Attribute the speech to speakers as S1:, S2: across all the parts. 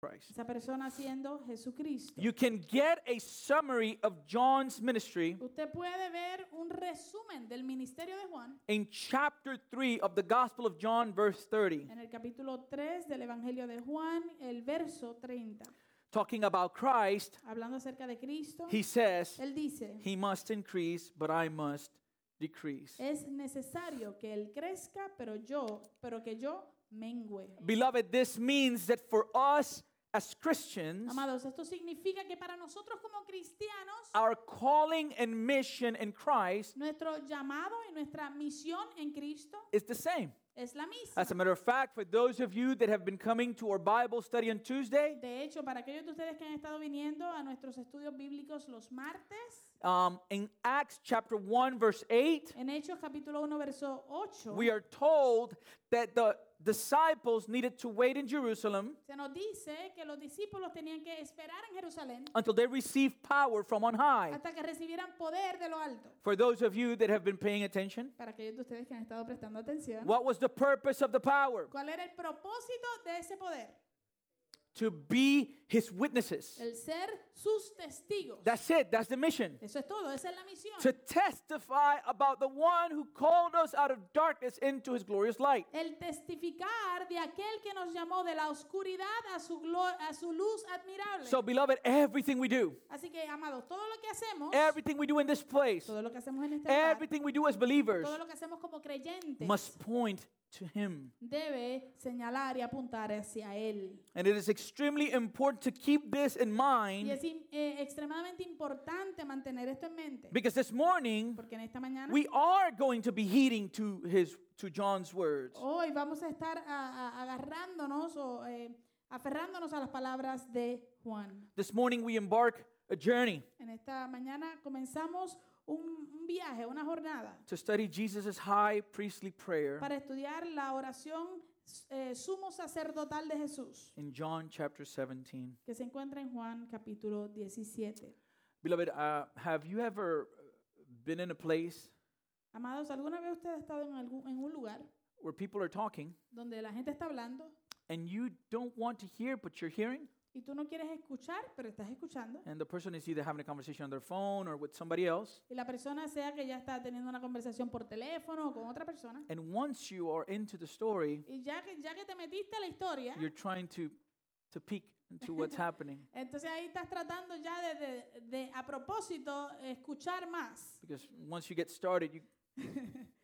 S1: Christ.
S2: Esa persona siendo Jesucristo.
S1: You can get a summary of John's ministry
S2: Usted puede ver un resumen del ministerio de Juan
S1: in chapter 3 of the Gospel of John, verse 30,
S2: en el capítulo 3 del Evangelio de Juan, el verso 30.
S1: talking about Christ.
S2: Hablando acerca de Cristo,
S1: He says,
S2: él dice,
S1: He must increase, but I must decrease.
S2: es necesario que él crezca, pero yo, pero que yo mengüe.
S1: Beloved, this means that for us as Christians,
S2: Amados, esto significa que para nosotros como cristianos,
S1: our calling and mission in Christ
S2: nuestro llamado y nuestra misión en Cristo
S1: is the same.
S2: es la misma.
S1: As a matter of fact, for those of you that have been coming to our Bible study on Tuesday,
S2: De hecho, para aquellos de ustedes que han estado viniendo a nuestros estudios bíblicos los martes,
S1: um, in Acts chapter 1, verse 8,
S2: en Hechos capítulo 1, verso 8,
S1: we are told that the disciples needed to wait in Jerusalem
S2: se nos dice que los discípulos tenían que esperar en Jerusalén
S1: until they received power from on high.
S2: hasta que recibieran poder de lo alto.
S1: For those of you that have been paying attention,
S2: Para aquellos de ustedes que han estado prestando atención,
S1: what was the purpose of the power?
S2: ¿cuál era el propósito de ese poder?
S1: To be his witnesses.
S2: El ser sus testigos.
S1: That's it, that's the mission.
S2: Eso es todo, esa es la misión.
S1: to testify about the one who called us out of darkness into his glorious light.
S2: El testificar de aquel que nos llamó de la oscuridad a su, glo- a su luz admirable.
S1: So, beloved, everything we do,
S2: Así que, amados, todo lo que hacemos,
S1: everything we do in this place,
S2: todo lo que hacemos en este lugar,
S1: everything we do as believers
S2: todo lo que hacemos como creyentes,
S1: must point to him.
S2: debe señalar y apuntar hacia Él.
S1: And it is extremely important to keep this in
S2: Y
S1: mind
S2: es im- eh, extremadamente importante mantener esto en mente,
S1: because this morning
S2: porque en esta mañana,
S1: we are going to be heeding to his to John's words.
S2: hoy vamos a estar a- a- agarrándonos o eh, aferrándonos a las palabras de Juan.
S1: This morning we embark a journey
S2: En esta mañana comenzamos un, un viaje, una jornada,
S1: to study Jesus' high priestly prayer
S2: para estudiar la oración eh, sumo sacerdotal de Jesús,
S1: in John chapter 17.
S2: que se encuentra en Juan capítulo 17.
S1: Beloved, uh, have you ever uh, been in a place
S2: Amados, ¿alguna vez usted ha estado en, algún- en un lugar
S1: where people are talking
S2: donde la gente está hablando
S1: and you don't want to hear, but you're hearing,
S2: y tú no quieres escuchar, pero estás escuchando?
S1: and the person is either having a conversation on their phone or with somebody else?
S2: Y la persona sea que ya está teniendo una conversación por teléfono o con otra persona.
S1: And once you are into the story,
S2: Y ya que, ya que te metiste a la historia,
S1: you're trying to to peek into what's happening
S2: entonces ahí estás tratando ya de, de- de, a propósito escuchar más.
S1: because once you get started, you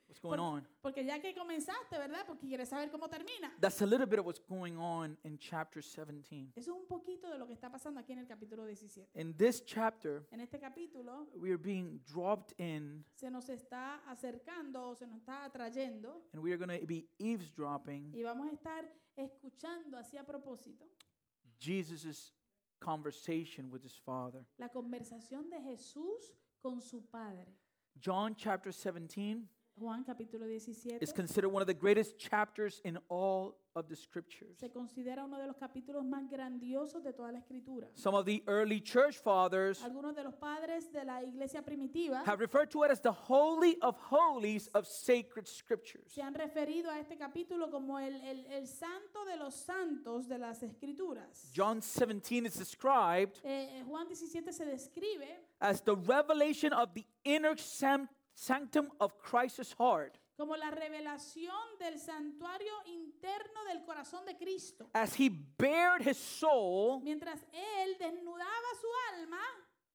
S1: what's going on?
S2: Porque ya que comenzaste, ¿verdad? Porque quieres saber cómo termina.
S1: That's a little bit of what's going on in chapter 17.
S2: Eso es un poquito de lo que está pasando aquí en el capítulo 17.
S1: In this chapter,
S2: En este capítulo
S1: we are being dropped in,
S2: se nos está acercando o se nos está atrayendo
S1: and we are going to be eavesdropping
S2: Y vamos a estar escuchando así a propósito
S1: Jesus' conversation with his father.
S2: la conversación de Jesús con su Padre.
S1: John chapter 17
S2: Juan capítulo 17
S1: is considered one of the greatest chapters in all of the scriptures.
S2: se considera uno de los capítulos más grandiosos de toda la Escritura.
S1: Some of the early church fathers
S2: Algunos de los padres de la iglesia primitiva
S1: have referred to it as the holy of holies of sacred scriptures.
S2: se han referido a este capítulo como el, el- el santo de los santos de las Escrituras.
S1: John 17 is described
S2: Eh, eh, Juan 17 se describe
S1: as the revelation of the inner san- sanctum of Christ's heart
S2: como la revelación del santuario interno del corazón de Cristo.
S1: as he bared his soul
S2: Mientras él desnudaba su alma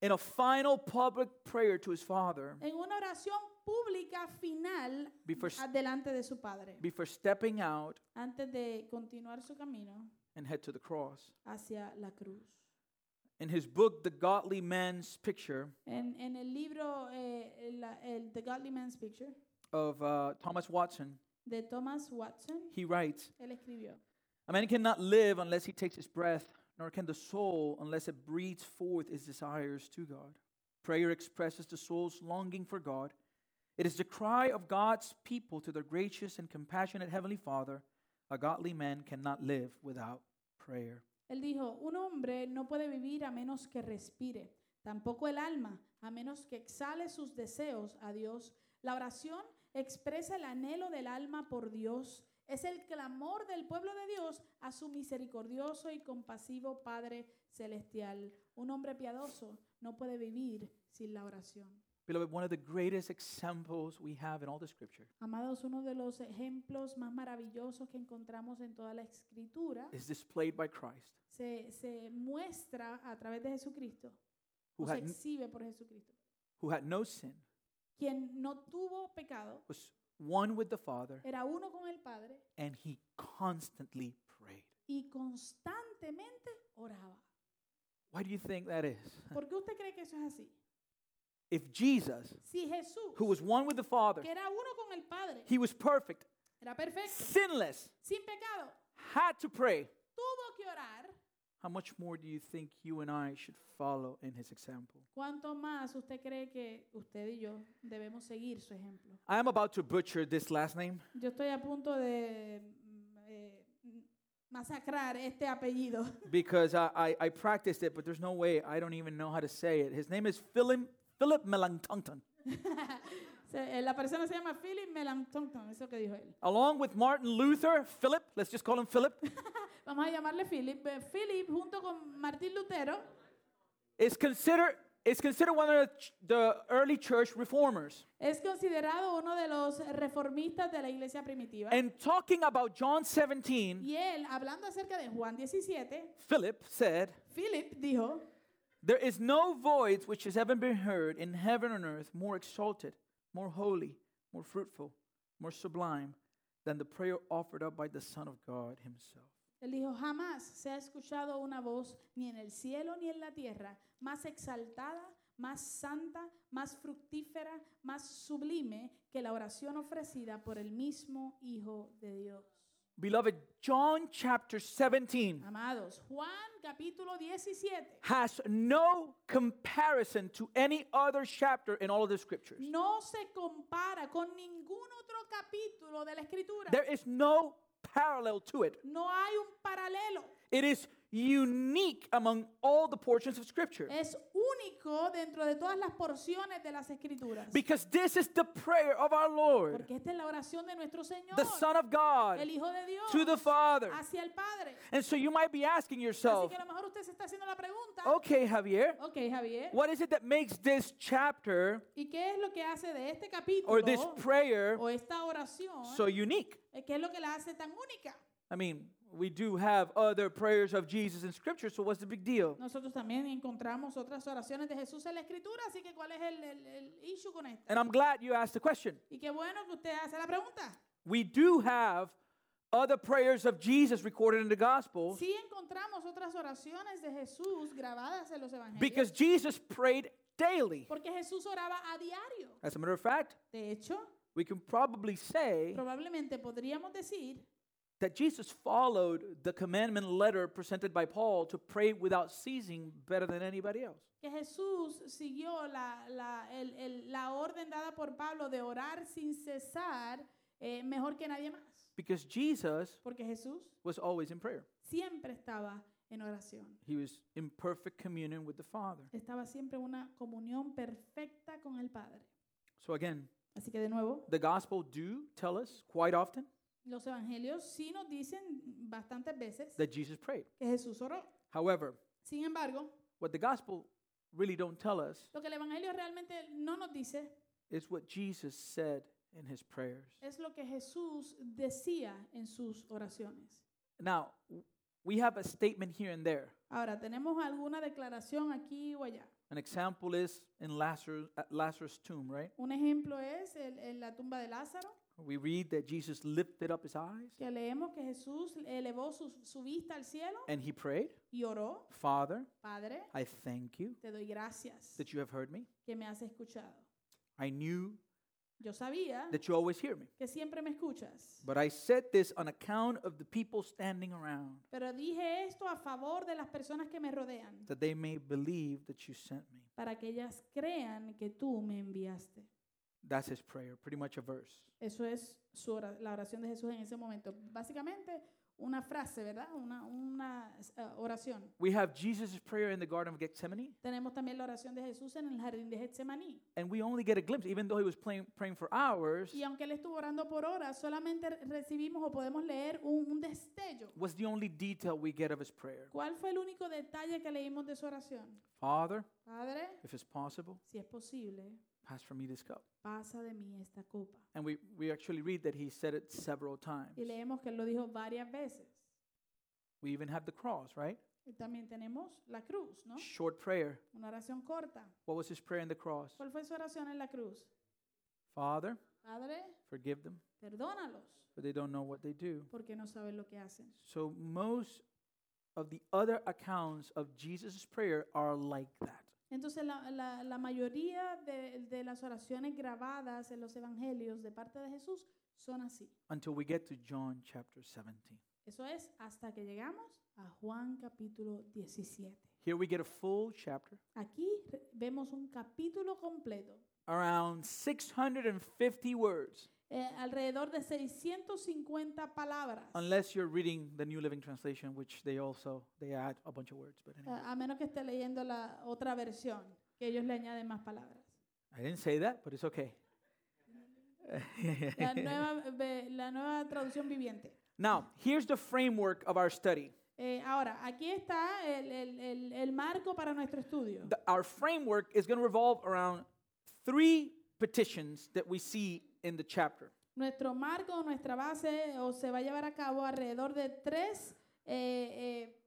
S1: in a final public prayer to his father
S2: en una oración pública final
S1: before, s-
S2: delante de su padre,
S1: before stepping out
S2: antes de continuar su camino
S1: and head to the cross.
S2: hacia la cruz.
S1: In his book, The Godly Man's Picture
S2: En, en el libro eh, el, el The Godly Man's Picture
S1: of uh, Thomas Watson,
S2: de Thomas Watson,
S1: he writes
S2: él escribió,
S1: A man cannot live unless he takes his breath, nor can the soul unless it breathes forth its desires to God. Prayer expresses the soul's longing for God. It is the cry of God's people to their gracious and compassionate Heavenly Father. A godly man cannot live without prayer.
S2: él dijo, un hombre no puede vivir a menos que respire, tampoco el alma, a menos que exhale sus deseos a Dios. La oración expresa el anhelo del alma por Dios. Es el clamor del pueblo de Dios a su misericordioso y compasivo Padre Celestial. Un hombre piadoso no puede vivir sin la oración.
S1: Beloved, one of the greatest examples we have in all the scripture
S2: Amados, uno de los ejemplos más maravillosos que encontramos en toda la escritura
S1: is displayed by Christ,
S2: se, se muestra a través de Jesucristo,
S1: who
S2: o se
S1: had, n-
S2: exhibe por Jesucristo,
S1: who had no sin,
S2: quien no tuvo pecado,
S1: was one with the Father,
S2: era uno con el Padre
S1: and he constantly prayed.
S2: y constantemente oraba.
S1: Why do you think that is?
S2: ¿Por qué usted cree que eso es así?
S1: If Jesus,
S2: Si Jesús,
S1: who was one with the Father,
S2: que era uno con el Padre,
S1: he was perfect,
S2: era perfecto,
S1: sinless,
S2: sin pecado,
S1: had to pray,
S2: tuvo que orar,
S1: how much more do you think you and I should follow in his example?
S2: ¿cuánto más usted cree que usted y yo debemos seguir su ejemplo?
S1: I am about to butcher this last name,
S2: Yo estoy a punto de mm, eh, m- masacrar este apellido.
S1: because I, I, I practiced it, but there's no way I don't even know how to say it. His name is Philip Philip Melanchthon.
S2: Se- eh, La persona se llama Philip Melanchthon, eso que dijo él.
S1: Along with Martin Luther, Philip, let's just call him Philip,
S2: Vamos a llamarle Philip. Eh, Philip, junto con Martín Lutero,
S1: is considered is considered one of the, ch- the early church reformers.
S2: es considerado uno de los reformistas de la iglesia primitiva.
S1: And talking about John 17,
S2: Y él, hablando acerca de Juan 17,
S1: Philip said,
S2: Philip dijo,
S1: "There is no voice which has ever been heard in heaven and earth more exalted, more holy, more fruitful, more sublime than the prayer offered up by the Son of God himself."
S2: él dijo, jamás se ha escuchado una voz ni en el cielo ni en la tierra más exaltada, más santa, más fructífera, más sublime que la oración ofrecida por el mismo Hijo de Dios.
S1: Beloved, John chapter 17
S2: Amados, Juan capítulo 17
S1: has no comparison to any other chapter in all of the scriptures.
S2: no se compara con ningún otro capítulo de la escritura.
S1: There is no parallel to it.
S2: No hay un paralelo.
S1: It is unique among all the portions of Scripture
S2: Es único dentro de todas las porciones de las escrituras.
S1: because this is the prayer of our Lord,
S2: Porque esta es la oración de nuestro Señor,
S1: the Son of God,
S2: el Hijo de Dios,
S1: to the Father.
S2: hacia el Padre.
S1: And so you might be asking
S2: Así
S1: yourself,
S2: que a lo mejor usted se está haciendo la pregunta,
S1: okay, Javier,
S2: ok Javier,
S1: what is it that makes this chapter
S2: ¿y qué es lo que hace de este
S1: or this
S2: capítulo
S1: prayer
S2: o esta oración?
S1: so unique?
S2: eh, ¿Qué es lo que la hace tan única?
S1: I mean, we do have other prayers of Jesus in Scripture, so what's the big deal?
S2: Nosotros también encontramos otras oraciones de Jesús en la Escritura, así que ¿cuál es el, el- el issue con esta?
S1: And I'm glad you asked the question.
S2: Y qué bueno que usted hace la pregunta.
S1: We do have other prayers of Jesus recorded in the Gospels.
S2: Sí encontramos otras oraciones de Jesús grabadas en los evangelios.
S1: Because Jesus prayed daily.
S2: porque Jesús oraba a diario.
S1: As a matter of fact,
S2: De hecho,
S1: we can probably say
S2: probablemente podríamos decir
S1: that Jesus followed the commandment letter presented by Paul to pray without ceasing better than anybody else.
S2: que Jesús siguió la, la- el- el- la orden dada por Pablo de orar sin cesar eh, mejor que nadie más.
S1: Because Jesus
S2: Porque Jesús
S1: was always in prayer,
S2: siempre estaba en oración.
S1: he was in perfect communion with the Father.
S2: Estaba siempre en una comunión perfecta con el Padre.
S1: So, again,
S2: Así que de nuevo,
S1: the gospel do tell us quite often
S2: los evangelios sí nos dicen bastantes veces
S1: that Jesus prayed.
S2: que Jesús oró.
S1: However,
S2: Sin embargo,
S1: what the gospel really don't tell us
S2: Lo que el Evangelio realmente no nos dice
S1: is what Jesus said in his prayers.
S2: es lo que Jesús decía en sus oraciones.
S1: Now, w- we have a statement here and there.
S2: Ahora, tenemos alguna declaración aquí o allá.
S1: An example is in Lazarus, at Lazarus' tomb, right?
S2: Un ejemplo es el- en la tumba de Lázaro,
S1: We read that Jesus lifted up his eyes
S2: que leemos que Jesús elevó su, su vista al cielo
S1: and he prayed,
S2: y oró,
S1: Father,
S2: Padre,
S1: I thank you
S2: te doy gracias
S1: that you have heard me.
S2: que me has escuchado.
S1: I knew
S2: Yo sabía
S1: that you always hear me.
S2: que siempre me escuchas,
S1: But I said this on account of the people standing around,
S2: pero dije esto a favor de las personas que me rodean,
S1: that they may believe that you sent me.
S2: para que ellas crean que tú me enviaste.
S1: That's his prayer, pretty much a verse.
S2: Eso es su ora- la oración de Jesús en ese momento. Básicamente, una frase, ¿verdad? Una, una eh, oración.
S1: We have Jesus' prayer in the Garden of Gethsemane,
S2: Tenemos también la oración de Jesús en el jardín de Getsemaní.
S1: and we only get a glimpse, even though he was playing, praying for hours,
S2: Y aunque él estuvo orando por horas, solamente re- recibimos o podemos leer un, un destello.
S1: was the only detail we get of his prayer.
S2: ¿Cuál fue el único detalle que leímos de su oración?
S1: Father,
S2: Padre,
S1: if it's possible,
S2: si es posible,
S1: pass from me this cup.
S2: pasa de mí esta copa.
S1: And we, we actually read that he said it several times.
S2: Y leemos que él lo dijo varias veces.
S1: We even have the cross, right?
S2: Y también tenemos la cruz, ¿no?
S1: Short prayer.
S2: Una oración corta.
S1: What was his prayer in the cross?
S2: ¿Cuál fue su oración en la cruz?
S1: Father,
S2: Padre,
S1: forgive them,
S2: perdónalos,
S1: for they don't know what they do.
S2: porque no saben lo que hacen.
S1: So most of the other accounts of Jesus' prayer are like that.
S2: Entonces la, la- la mayoría de, de las oraciones grabadas en los evangelios de parte de Jesús son así.
S1: Until we get to John chapter 17.
S2: Eso es hasta que llegamos a Juan capítulo 17.
S1: Here we get a full chapter,
S2: Aquí re- vemos un capítulo completo,
S1: around 650 words,
S2: eh, alrededor de 650 palabras.
S1: unless you're reading the New Living Translation, which they also they add a bunch of words. But anyway,
S2: A, a menos que esté leyendo la otra versión, que ellos le añaden más palabras.
S1: I didn't say that, but it's okay.
S2: La nueva, ve- la nueva traducción viviente.
S1: now, here's the framework of our study.
S2: Eh, ahora, aquí está el, el- el- el marco para nuestro estudio.
S1: The- our framework is going to revolve around three petitions that we see in the chapter.
S2: Nuestro marco, nuestra base, o se va a llevar a cabo alrededor de tres eh, eh,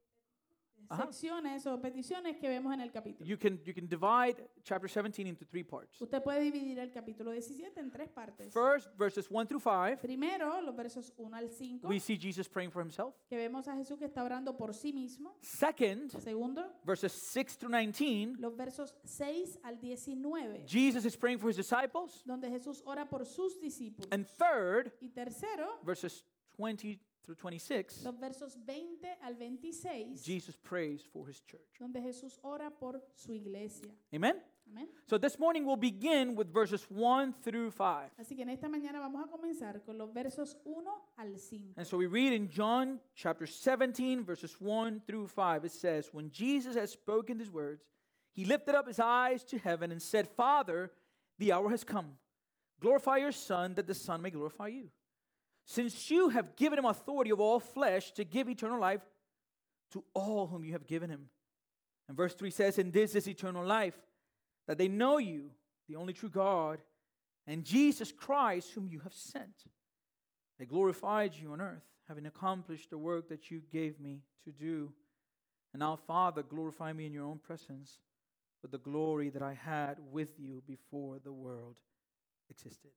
S1: Ajá.
S2: secciones o peticiones que vemos en el capítulo.
S1: You can you can divide chapter 17 into three parts.
S2: Usted puede dividir el capítulo 17 en tres partes.
S1: First, verses 1 through 5,
S2: Primero, los versos 1 al 5,
S1: we see Jesus praying for himself.
S2: que vemos a Jesús que está orando por sí mismo.
S1: Second,
S2: Segundo,
S1: verses 6 through 19,
S2: los versos 6 al 19,
S1: Jesus is praying for his disciples.
S2: donde Jesús ora por sus discípulos.
S1: And third,
S2: Y tercero,
S1: verses 20 through 26,
S2: los versos 20 al 26,
S1: Jesus prays for his church.
S2: donde Jesús ora por su iglesia.
S1: Amen.
S2: Amén.
S1: So this morning we'll begin with verses 1 through 5.
S2: Así que en esta mañana vamos a comenzar con los versos 1 al 5.
S1: And so we read in John chapter 17, verses 1 through 5, it says, When Jesus had spoken these words, he lifted up his eyes to heaven and said, Father, the hour has come. Glorify your Son, that the Son may glorify you. Since you have given him authority of all flesh to give eternal life to all whom you have given him. And verse 3 says, And this is eternal life, that they know you, the only true God, and Jesus Christ, whom you have sent. I glorified you on earth, having accomplished the work that you gave me to do. And now, Father, glorify me in your own presence with the glory that I had with you before the world existed.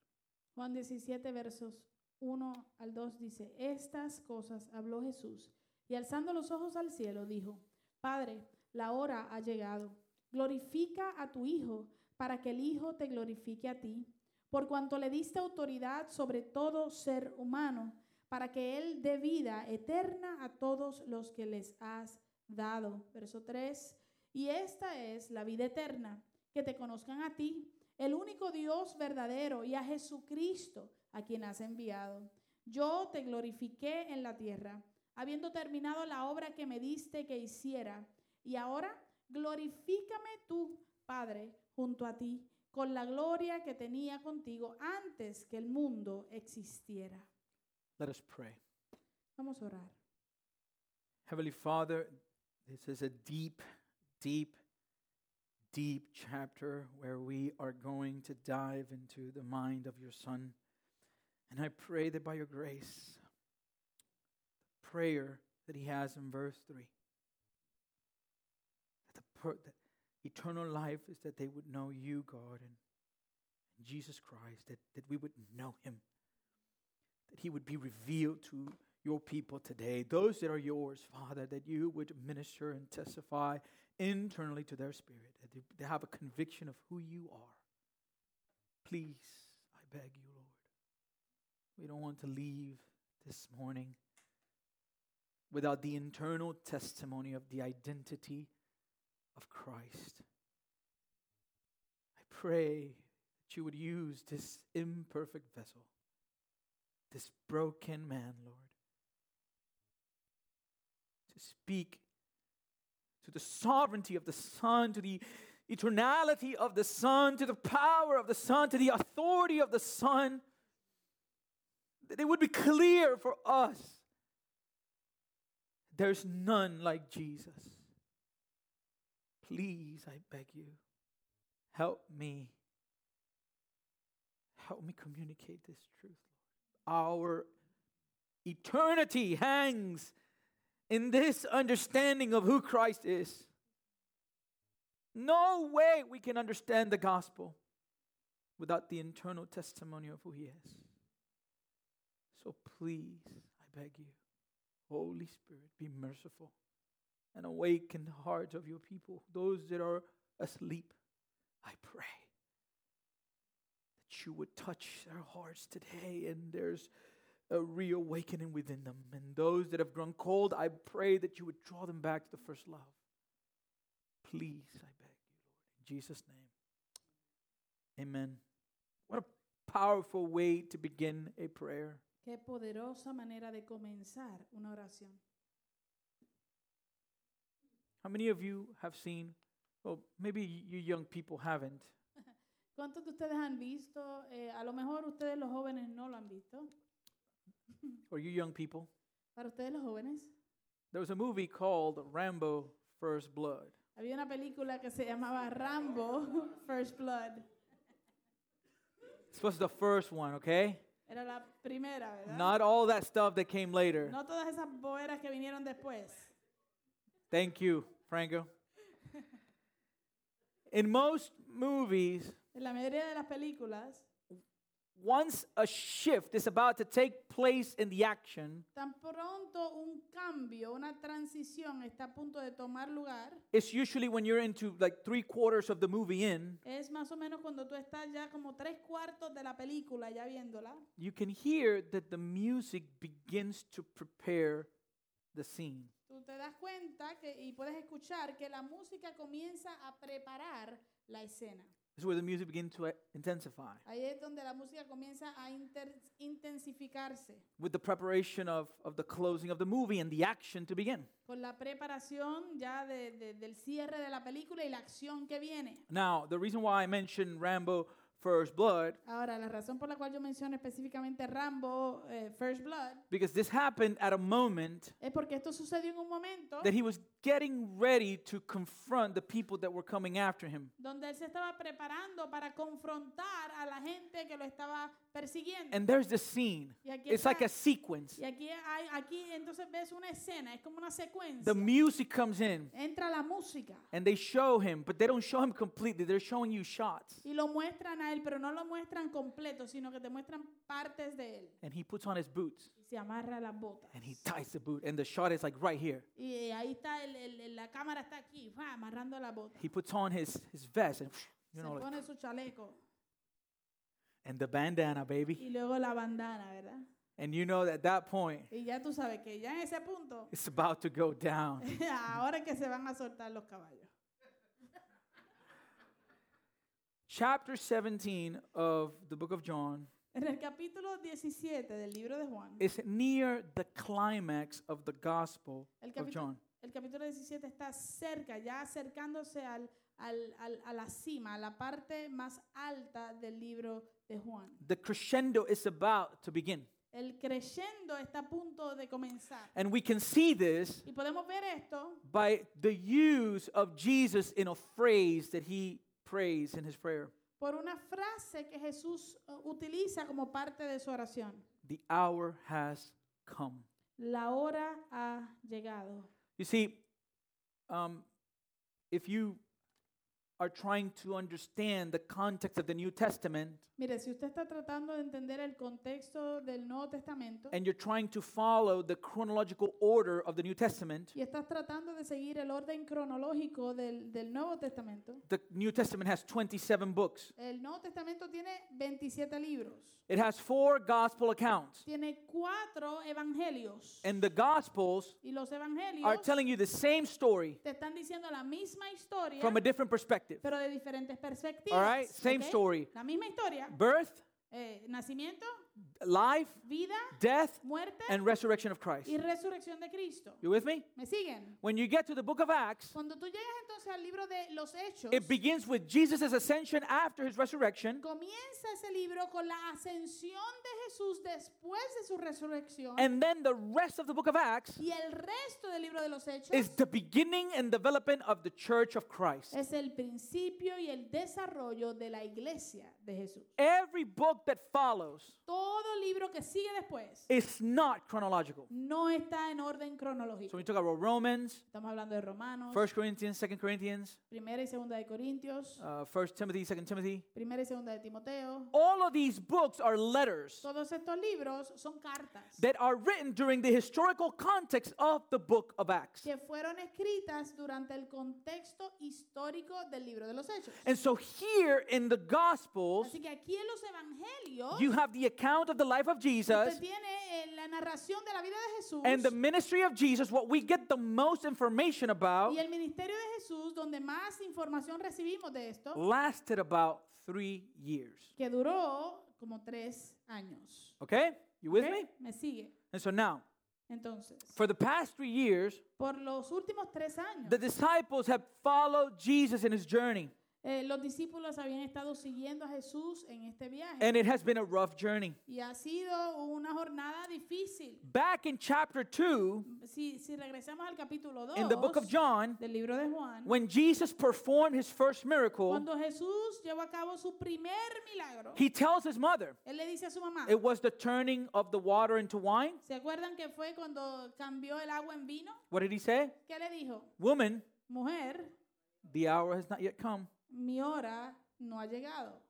S2: Juan 17, versos 1 al 2 dice, estas cosas habló Jesús y alzando los ojos al cielo dijo, Padre, la hora ha llegado, glorifica a tu Hijo para que el Hijo te glorifique a ti, por cuanto le diste autoridad sobre todo ser humano, para que Él dé vida eterna a todos los que les has dado. Verso 3, y esta es la vida eterna, que te conozcan a ti, el único Dios verdadero y a Jesucristo a quien has enviado. Yo te glorifiqué en la tierra, habiendo terminado la obra que me diste que hiciera. Y ahora glorifícame tú, Padre, junto a ti, con la gloria que tenía contigo antes que el mundo existiera.
S1: Let us pray.
S2: Vamos a orar.
S1: Heavenly Father, this is a deep, deep, deep chapter where we are going to dive into the mind of your Son. And I pray that by your grace, the prayer that he has in verse 3, that the per- that eternal life is that they would know you, God, and Jesus Christ, that, that we would know him, that he would be revealed to your people today, those that are yours, Father, that you would minister and testify internally to their spirit, that they, they have a conviction of who you are. Please, I beg you, Lord. We don't want to leave this morning without the internal testimony of the identity of Christ. I pray that you would use this imperfect vessel, this broken man, Lord to speak to the sovereignty of the Son, to the eternality of the Son, to the power of the Son, to the authority of the Son. That it would be clear for us there's none like Jesus. Please, I beg you, help me. Help me communicate this truth. Our eternity hangs in this understanding of who Christ is. No way we can understand the gospel without the internal testimony of who He is. So please, I beg you, Holy Spirit, be merciful and awaken the hearts of your people, those that are asleep. I pray that you would touch their hearts today and there's a reawakening within them. And those that have grown cold, I pray that you would draw them back to the first love. Please, I beg you, Lord, in Jesus' name. Amen. What a powerful way to begin a prayer.
S2: Qué poderosa manera de comenzar una oración.
S1: How many of you have seen, well, maybe you young people haven't,
S2: ¿Cuántos de ustedes han visto? eh, a lo mejor ustedes los jóvenes no lo han visto.
S1: or you young people,
S2: Para ustedes los jóvenes,
S1: there was a movie called Rambo First Blood.
S2: había una película que se llamaba Rambo First Blood.
S1: This was the first one, okay?
S2: Era la primera, ¿verdad?
S1: Not all that stuff that came later.
S2: no todas esas boeras que vinieron después.
S1: Thank you, Franco. In most movies,
S2: En la mayoría de las películas,
S1: once a shift is about to take place in the action,
S2: tan pronto un cambio, una transición está a punto de tomar lugar,
S1: it's usually when you're into like three quarters of the movie in,
S2: es más o menos cuando tú estás ya como tres cuartos de la película ya viéndola,
S1: you can hear that the music begins to prepare the scene.
S2: tú te das cuenta que, y puedes escuchar que la música comienza a preparar la escena.
S1: This is where the music begins to uh, intensify
S2: Ahí es donde la música comienza a inter- intensificarse
S1: with the preparation of, of the closing of the movie and the action to begin.
S2: con la preparación ya de- de- del cierre de la película y la acción que viene.
S1: Now, the reason why I mentioned Rambo First Blood,
S2: Ahora, la razón por la cual yo menciono específicamente Rambo eh, First Blood
S1: because this happened at a moment
S2: es porque esto sucedió en un momento
S1: that he was getting ready to confront the people that were coming after him.
S2: donde él se estaba preparando para confrontar a la gente que lo estaba persiguiendo.
S1: And there's this scene.
S2: y aquí,
S1: It's like
S2: está-
S1: a sequence.
S2: y aquí, hay, aquí entonces ves una escena, es como una secuencia.
S1: The music comes in
S2: Entra la música
S1: and they show him, but they don't show him completely. They're showing you shots.
S2: y lo muestran a él, pero no lo muestran completo, sino que te muestran partes de él.
S1: And he puts on his boots
S2: Y se amarra las botas.
S1: and he ties the boot. And the shot is like right here.
S2: Y ahí está, el- el- el- la cámara está aquí, ¡fua! amarrando la bota.
S1: He puts on his, his vest and, you know,
S2: se
S1: like,
S2: pone su chaleco
S1: and the bandana, baby.
S2: y luego la bandana, ¿verdad?
S1: And you know that at that point,
S2: Y ya tú sabes que ya en ese punto,
S1: it's about to go down.
S2: ahora es que se van a soltar los caballos.
S1: Chapter 17 of the book of John
S2: En el capítulo 17 del libro de Juan,
S1: is near the climax of the gospel
S2: el
S1: of
S2: capítulo,
S1: John.
S2: el capítulo 17 está cerca, ya acercándose al, al- al- a la cima, a la parte más alta del libro de Juan.
S1: The crescendo is about to begin.
S2: El creyendo está a punto de comenzar.
S1: And we can see this
S2: Y podemos ver esto
S1: by the use of Jesus in a phrase that he prays in his prayer.
S2: por una frase que Jesús eh, utiliza como parte de su oración.
S1: The hour has come.
S2: La hora ha llegado.
S1: You see, um, if you are trying to understand the context of the New Testament
S2: Mire, si usted está tratando de entender el contexto del Nuevo Testamento
S1: and you're trying to follow the chronological order of the New Testament,
S2: y estás tratando de seguir el orden cronológico del, del Nuevo Testamento,
S1: the New Testament has 27 books.
S2: el Nuevo Testamento tiene 27 libros,
S1: It has four gospel accounts.
S2: tiene cuatro evangelios
S1: And the gospels
S2: y los
S1: are
S2: evangelios
S1: telling you the same story
S2: te están diciendo la misma historia,
S1: from a different perspective.
S2: pero de diferentes
S1: All right?
S2: perspectivas.
S1: Same
S2: ¿ok?
S1: story.
S2: La misma historia,
S1: Birth,
S2: eh, nacimiento,
S1: life,
S2: vida,
S1: death,
S2: muerte
S1: and resurrection of Christ.
S2: y resurrección de Cristo.
S1: You with me?
S2: ¿Me siguen?
S1: When you get to the book of Acts,
S2: Cuando tú llegas entonces al libro de los Hechos,
S1: it begins with Jesus' ascension after his resurrection
S2: comienza ese libro con la ascensión de Jesús después de su resurrección.
S1: And then the rest of the book of Acts
S2: y el resto del libro de los Hechos
S1: is the beginning and development of the church of Christ.
S2: es el principio y el desarrollo de la iglesia de Jesús.
S1: Every book that follows
S2: Todo libro que sigue después
S1: is not chronological.
S2: no está en orden
S1: So
S2: cronológico.
S1: when you talk about Romans,
S2: Estamos hablando de Romanos,
S1: First Corinthians, Second Corinthians,
S2: Primera y Segunda de Corintios,
S1: uh, First Timothy, Second Timothy,
S2: Primera y Segunda de Timoteo.
S1: all of these books are letters
S2: Todos estos libros son cartas
S1: that are written during the historical context of the book of Acts.
S2: que fueron escritas durante el contexto histórico del libro de los Hechos.
S1: And so here in the Gospels,
S2: Así que aquí en los evangelios
S1: you have the account of the life of Jesus
S2: usted tiene eh, la narración de la vida de Jesús
S1: and the ministry of Jesus, what we get the most information about
S2: y el ministerio de Jesús, donde más información recibimos de esto,
S1: Oh. lasted about three years.
S2: que duró como tres años.
S1: Okay? You with
S2: ¿Ok?
S1: me?
S2: Me sigue.
S1: And so now,
S2: Entonces,
S1: for the past three years,
S2: por los últimos tres años,
S1: the disciples have followed Jesus in his journey.
S2: eh, los discípulos habían estado siguiendo a Jesús en este viaje
S1: And it has been a rough journey.
S2: y ha sido una jornada difícil.
S1: Back in chapter 2,
S2: Si, si regresamos al capítulo 2
S1: in the book of John,
S2: del libro de Juan,
S1: when Jesus performed his first miracle,
S2: cuando Jesús llevó a cabo su primer milagro,
S1: he Eh, tells his mother,
S2: él le dice a su mamá,
S1: it was the turning of the water into wine.
S2: ¿se acuerdan que fue cuando cambió el agua en vino?
S1: What did he say?
S2: ¿Qué le dijo?
S1: Woman,
S2: Mujer,
S1: the hour has not yet come.
S2: mi hora no ha llegado.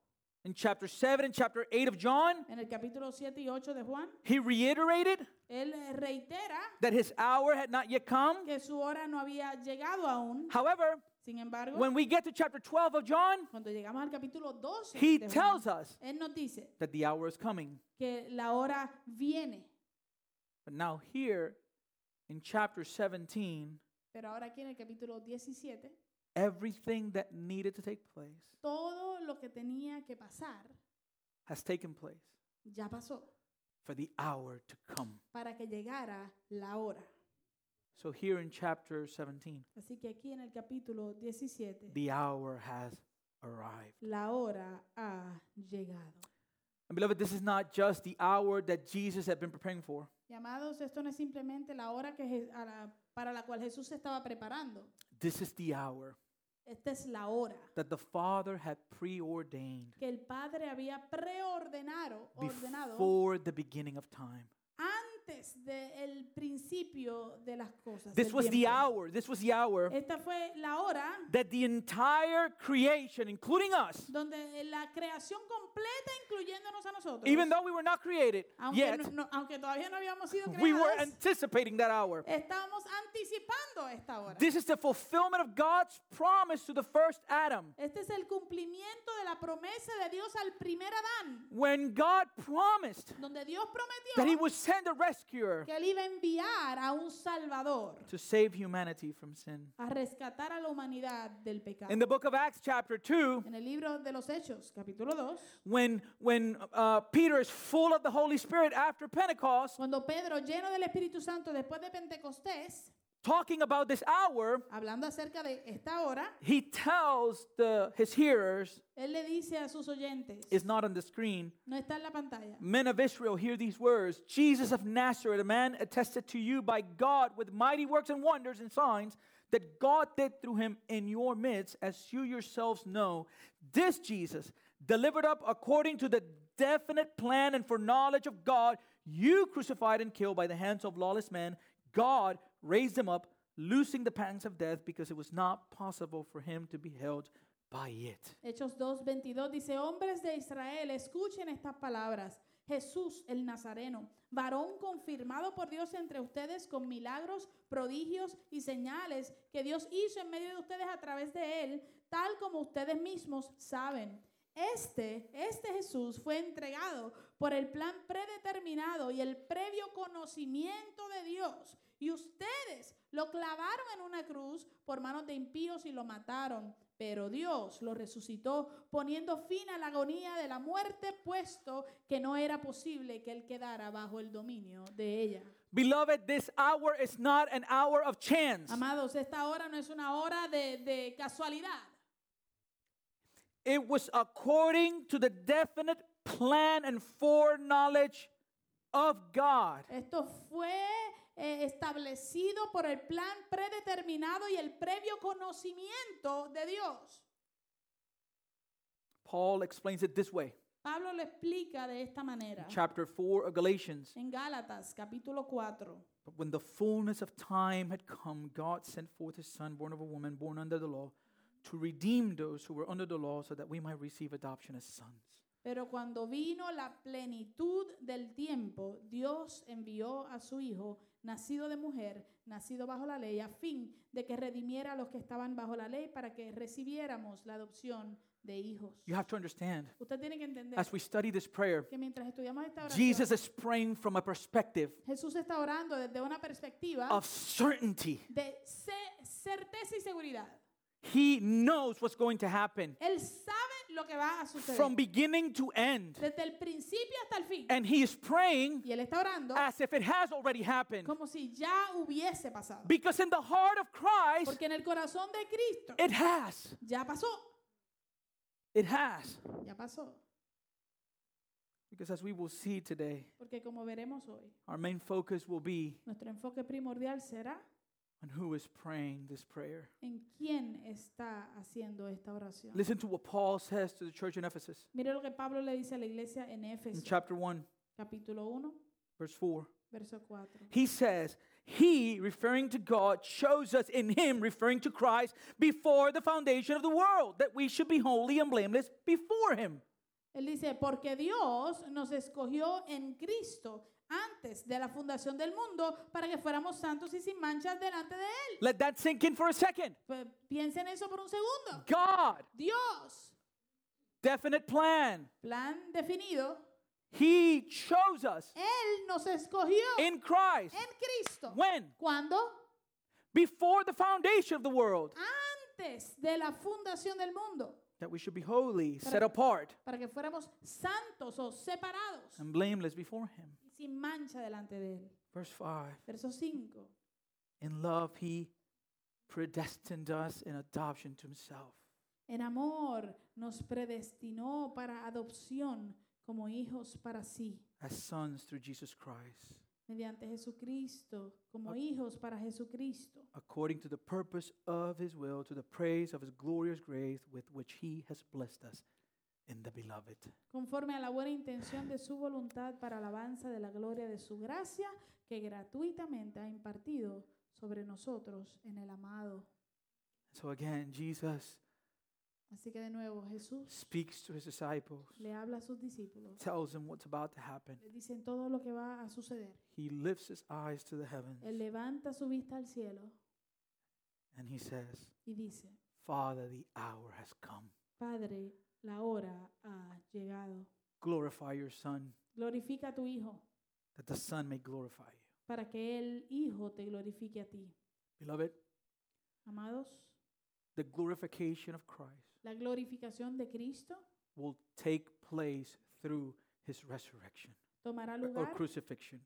S1: In chapter 7 and chapter 8 of John,
S2: En el capítulo 7 y 8 de Juan,
S1: he reiterated
S2: él eh, reitera
S1: that his hour had not yet come.
S2: que su hora no había llegado aún.
S1: However,
S2: Sin embargo,
S1: when we get to chapter 12 of John,
S2: cuando llegamos al capítulo 12,
S1: he
S2: de Juan,
S1: tells us
S2: él nos dice
S1: that the hour is coming.
S2: que la hora viene.
S1: But now, here in chapter 17,
S2: Pero ahora aquí en el capítulo 17,
S1: everything that needed to take place
S2: todo lo que tenía que pasar
S1: has taken place
S2: ya pasó
S1: for the hour to come.
S2: para que llegara la hora.
S1: So, here in chapter 17,
S2: Así que aquí en el capítulo 17,
S1: the hour has arrived.
S2: la hora ha llegado.
S1: And, beloved, this is not just the hour that Jesus had been preparing for,
S2: Llamados, esto no es simplemente la hora que Je- a la- para la cual Jesús se estaba preparando.
S1: this is the hour
S2: Esta es la hora
S1: that the Father had preordained
S2: que el Padre había preordenado ordenado
S1: before the beginning of time.
S2: antes del principio de las cosas.
S1: This
S2: del
S1: was the
S2: tiempo. Eh.
S1: hour, this was the hour
S2: Esta fue la hora
S1: that the entire creation, including us,
S2: donde la creación completa, incluyéndonos a nosotros,
S1: even though we were not created
S2: aunque,
S1: yet,
S2: no- no- aunque todavía no habíamos sido
S1: we were
S2: creados,
S1: anticipating that hour.
S2: Eh. estábamos anticipando esta hora.
S1: This is the fulfillment of God's promise to the first Adam.
S2: Este es el cumplimiento de la promesa de Dios al primer Adán,
S1: When God promised
S2: donde Dios prometió
S1: that He would send a rescuer
S2: que él iba a enviar a un Salvador
S1: to save humanity from sin.
S2: a rescatar a la humanidad del pecado.
S1: In the book of Acts, chapter 2,
S2: En el libro de los Hechos, capítulo 2,
S1: when, when uh, Peter is full of the Holy Spirit after Pentecost,
S2: cuando Pedro, lleno del Espíritu Santo después de Pentecostés,
S1: talking about this hour,
S2: hablando acerca de esta hora,
S1: he tells the, his hearers,
S2: él le dice a sus oyentes,
S1: it's not on the screen,
S2: no está en la pantalla,
S1: Men of Israel, hear these words Jesus of Nazareth, a man attested to you by God with mighty works and wonders and signs that God did through him in your midst, as you yourselves know. This Jesus, delivered up according to the definite plan and foreknowledge of God, you crucified and killed by the hands of lawless men. God raised him up, loosing the pangs of death, because it was not possible for him to be held by it.
S2: Hechos 2:22 dice, hombres de Israel, escuchen estas palabras. Jesús el Nazareno, varón confirmado por Dios entre ustedes con milagros, prodigios y señales que Dios hizo en medio de ustedes a través de él, tal como ustedes mismos saben. Este, este Jesús fue entregado por el plan predeterminado y el previo conocimiento de Dios Y ustedes lo clavaron en una cruz por manos de impíos y lo mataron. Pero Dios lo resucitó poniendo fin a la agonía de la muerte, puesto que no era posible que él quedara bajo el dominio de ella.
S1: Beloved, this hour is not an hour of chance.
S2: Amados, esta hora no es una hora de, de casualidad.
S1: It was according to the definite plan and foreknowledge of God.
S2: Esto fue eh, establecido por el plan predeterminado y el previo conocimiento de Dios.
S1: Paul explains it this way
S2: Pablo lo explica de esta
S1: in
S2: manera
S1: chapter 4 of Galatians.
S2: en Gálatas capítulo 4.
S1: But when the fullness of time had come, God sent forth his son, born of a woman, born under the law, to redeem those who were under the law so that we might receive adoption as sons.
S2: Pero cuando vino la plenitud del tiempo, Dios envió a su Hijo, nacido de mujer, nacido bajo la ley, a fin de que redimiera a los que estaban bajo la ley para que recibiéramos la adopción de hijos.
S1: You have to understand,
S2: Usted tiene que entender
S1: as we study this prayer,
S2: que mientras estudiamos esta oración,
S1: Jesus is praying from a perspective
S2: Jesús está orando desde una perspectiva
S1: of certainty.
S2: de ce- certeza y seguridad.
S1: He knows what's going to happen
S2: Él sabe lo que va a
S1: from
S2: suceder
S1: beginning to end.
S2: desde el principio hasta el fin.
S1: And he is praying
S2: Y él está orando
S1: as if it has already happened.
S2: como si ya hubiese pasado.
S1: Because in the heart of Christ,
S2: Porque en el corazón de Cristo
S1: it has.
S2: ya pasó,
S1: It has.
S2: ya pasó.
S1: Because as we will see today,
S2: Porque como veremos hoy,
S1: our main focus will be
S2: nuestro enfoque primordial será
S1: on who is praying this prayer.
S2: en quién está haciendo esta oración.
S1: Listen to what Paul says to the church in Ephesus
S2: Mire lo que Pablo le dice a la iglesia en
S1: in
S2: Éfeso,
S1: chapter 1,
S2: capítulo 1,
S1: verse 4.
S2: verso 4.
S1: He says, He, referring to God, chose us in Him, referring to Christ, before the foundation of the world, that we should be holy and blameless before Him.
S2: Él dice, porque Dios nos escogió en Cristo antes de la fundación del mundo para que fuéramos santos y sin manchas delante de Él.
S1: Let that sink in for a second.
S2: Pues, piensen eso por un segundo.
S1: God,
S2: Dios,
S1: definite plan.
S2: plan definido,
S1: He chose us
S2: Él nos escogió
S1: in Christ.
S2: en Cristo.
S1: When?
S2: ¿Cuándo?
S1: Before the foundation of the world,
S2: Antes de la fundación del mundo,
S1: that we should be holy, set apart,
S2: para que fuéramos santos o separados
S1: and blameless before Him.
S2: y sin mancha delante de Él.
S1: Verse 5
S2: Verso 5.
S1: In love, He predestined us in adoption to Himself.
S2: En amor nos predestinó para adopción como hijos para sí,
S1: as sons through Jesus Christ,
S2: mediante Jesucristo, como
S1: Ac-
S2: hijos para Jesucristo,
S1: according to the purpose of his will, to the praise of his glorious grace with which he has blessed us in the beloved.
S2: conforme a la buena intención de su voluntad para alabanza de la gloria de su gracia, que gratuitamente ha impartido sobre nosotros en el amado.
S1: So again, Jesus
S2: Así que de nuevo Jesús
S1: speaks to his disciples,
S2: le habla a sus discípulos,
S1: tells them what's about to happen.
S2: les dicen todo lo que va a suceder.
S1: He lifts his eyes to the heavens
S2: Él levanta su vista al cielo
S1: and he says,
S2: y dice,
S1: Father, the hour has come.
S2: Padre, la hora ha llegado.
S1: Glorify your Son,
S2: Glorifica a tu Hijo
S1: that the Son may glorify you.
S2: para que el Hijo te glorifique a ti.
S1: Beloved,
S2: Amados,
S1: the glorification of Christ
S2: la glorificación de Cristo
S1: will take place through his resurrection
S2: tomará
S1: or- or
S2: lugar,
S1: crucifixion.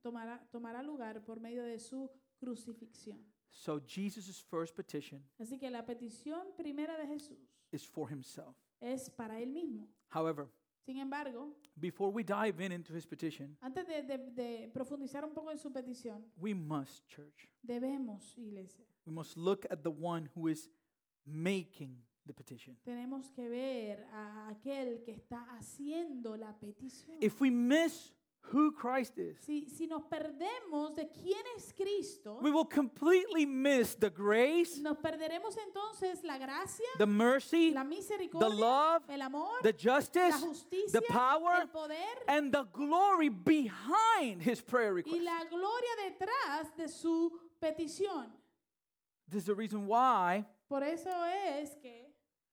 S2: tomará, tomará lugar por medio de su crucifixión.
S1: So Jesus' first petition
S2: Así que la petición primera de Jesús
S1: is for himself.
S2: es para Él mismo.
S1: However,
S2: Sin embargo,
S1: before we dive in into his petition,
S2: antes de, de- de profundizar un poco en su petición,
S1: we must, church,
S2: debemos, iglesia,
S1: we must look at the one who is making the petition.
S2: tenemos que ver a aquel que está haciendo la petición.
S1: If we miss who Christ is,
S2: Si, si nos perdemos de quién es Cristo,
S1: we will completely miss the grace,
S2: nos perderemos entonces la gracia,
S1: the mercy,
S2: la
S1: the
S2: misericordia,
S1: love,
S2: el amor,
S1: the
S2: la
S1: justice,
S2: justicia,
S1: the power,
S2: el poder
S1: and the glory behind his prayer
S2: y
S1: request.
S2: la gloria detrás de su petición.
S1: This is the reason why
S2: Por eso es que,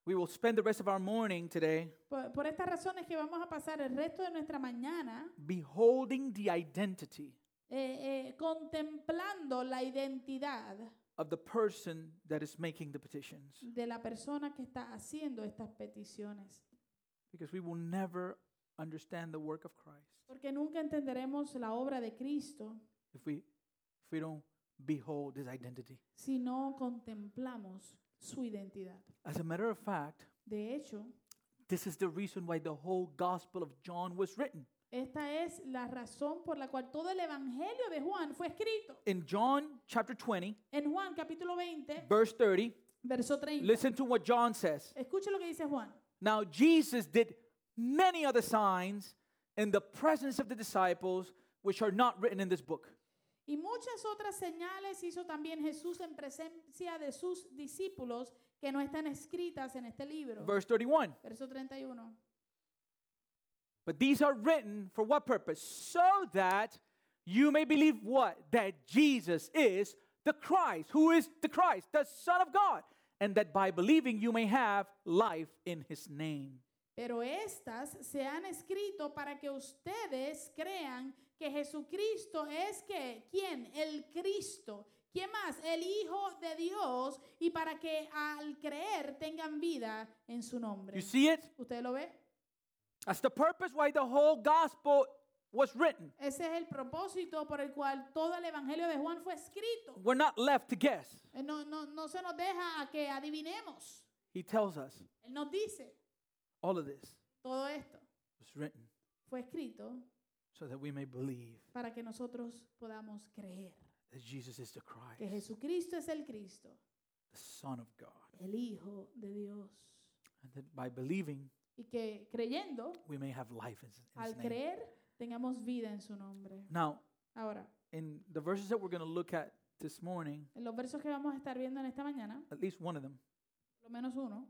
S1: we will spend the rest of our morning today
S2: por, por estas razones que vamos a pasar el resto de nuestra mañana
S1: beholding the identity
S2: eh, eh, contemplando la identidad
S1: of the person that is making the petitions
S2: de la persona que está haciendo estas peticiones.
S1: because we will never understand the work of Christ
S2: Porque nunca entenderemos la obra de Cristo
S1: if we if we don't behold his identity.
S2: si no contemplamos su identidad.
S1: As a matter of fact,
S2: De hecho,
S1: this is the reason why the whole gospel of John was written.
S2: esta es la razón por la cual todo el Evangelio de Juan fue escrito.
S1: In John chapter 20,
S2: En Juan capítulo 20,
S1: verse 30,
S2: verso 30.
S1: listen to what John says.
S2: Escuche lo que dice Juan.
S1: Now Jesus did many other signs in the presence of the disciples which are not written in this book.
S2: Y muchas otras señales hizo también Jesús en presencia de sus discípulos que no están escritas en este libro.
S1: Verse 31.
S2: Verso 31.
S1: But these are written for what purpose? So that you may believe what? That Jesus is the Christ, who is the Christ, the Son of God, and that by believing you may have life in his name.
S2: Pero estas se han escrito para que ustedes crean que Jesucristo es que quién, el Cristo, ¿quién más? El Hijo de Dios y para que al creer tengan vida en su nombre.
S1: You see it?
S2: ¿Usted lo ve?
S1: That's the purpose why the whole gospel was written.
S2: Ese es el propósito por el cual todo el Evangelio de Juan fue escrito.
S1: We're not left to guess.
S2: Eh, No, no, no se nos deja a que adivinemos.
S1: He tells us
S2: Él nos dice,
S1: all of this
S2: todo esto
S1: was written
S2: fue escrito
S1: so that we may believe
S2: para que nosotros podamos creer
S1: that Jesus is the Christ,
S2: que Jesucristo es el Cristo,
S1: the Son of God,
S2: el Hijo de Dios.
S1: and that by believing
S2: Y que creyendo,
S1: we may have life in his- in
S2: al
S1: his name.
S2: creer, tengamos vida en su nombre.
S1: Now,
S2: Ahora,
S1: in the verses that we're going to look at this morning,
S2: en los versos que vamos a estar viendo en esta mañana,
S1: at least one of them,
S2: por lo menos uno,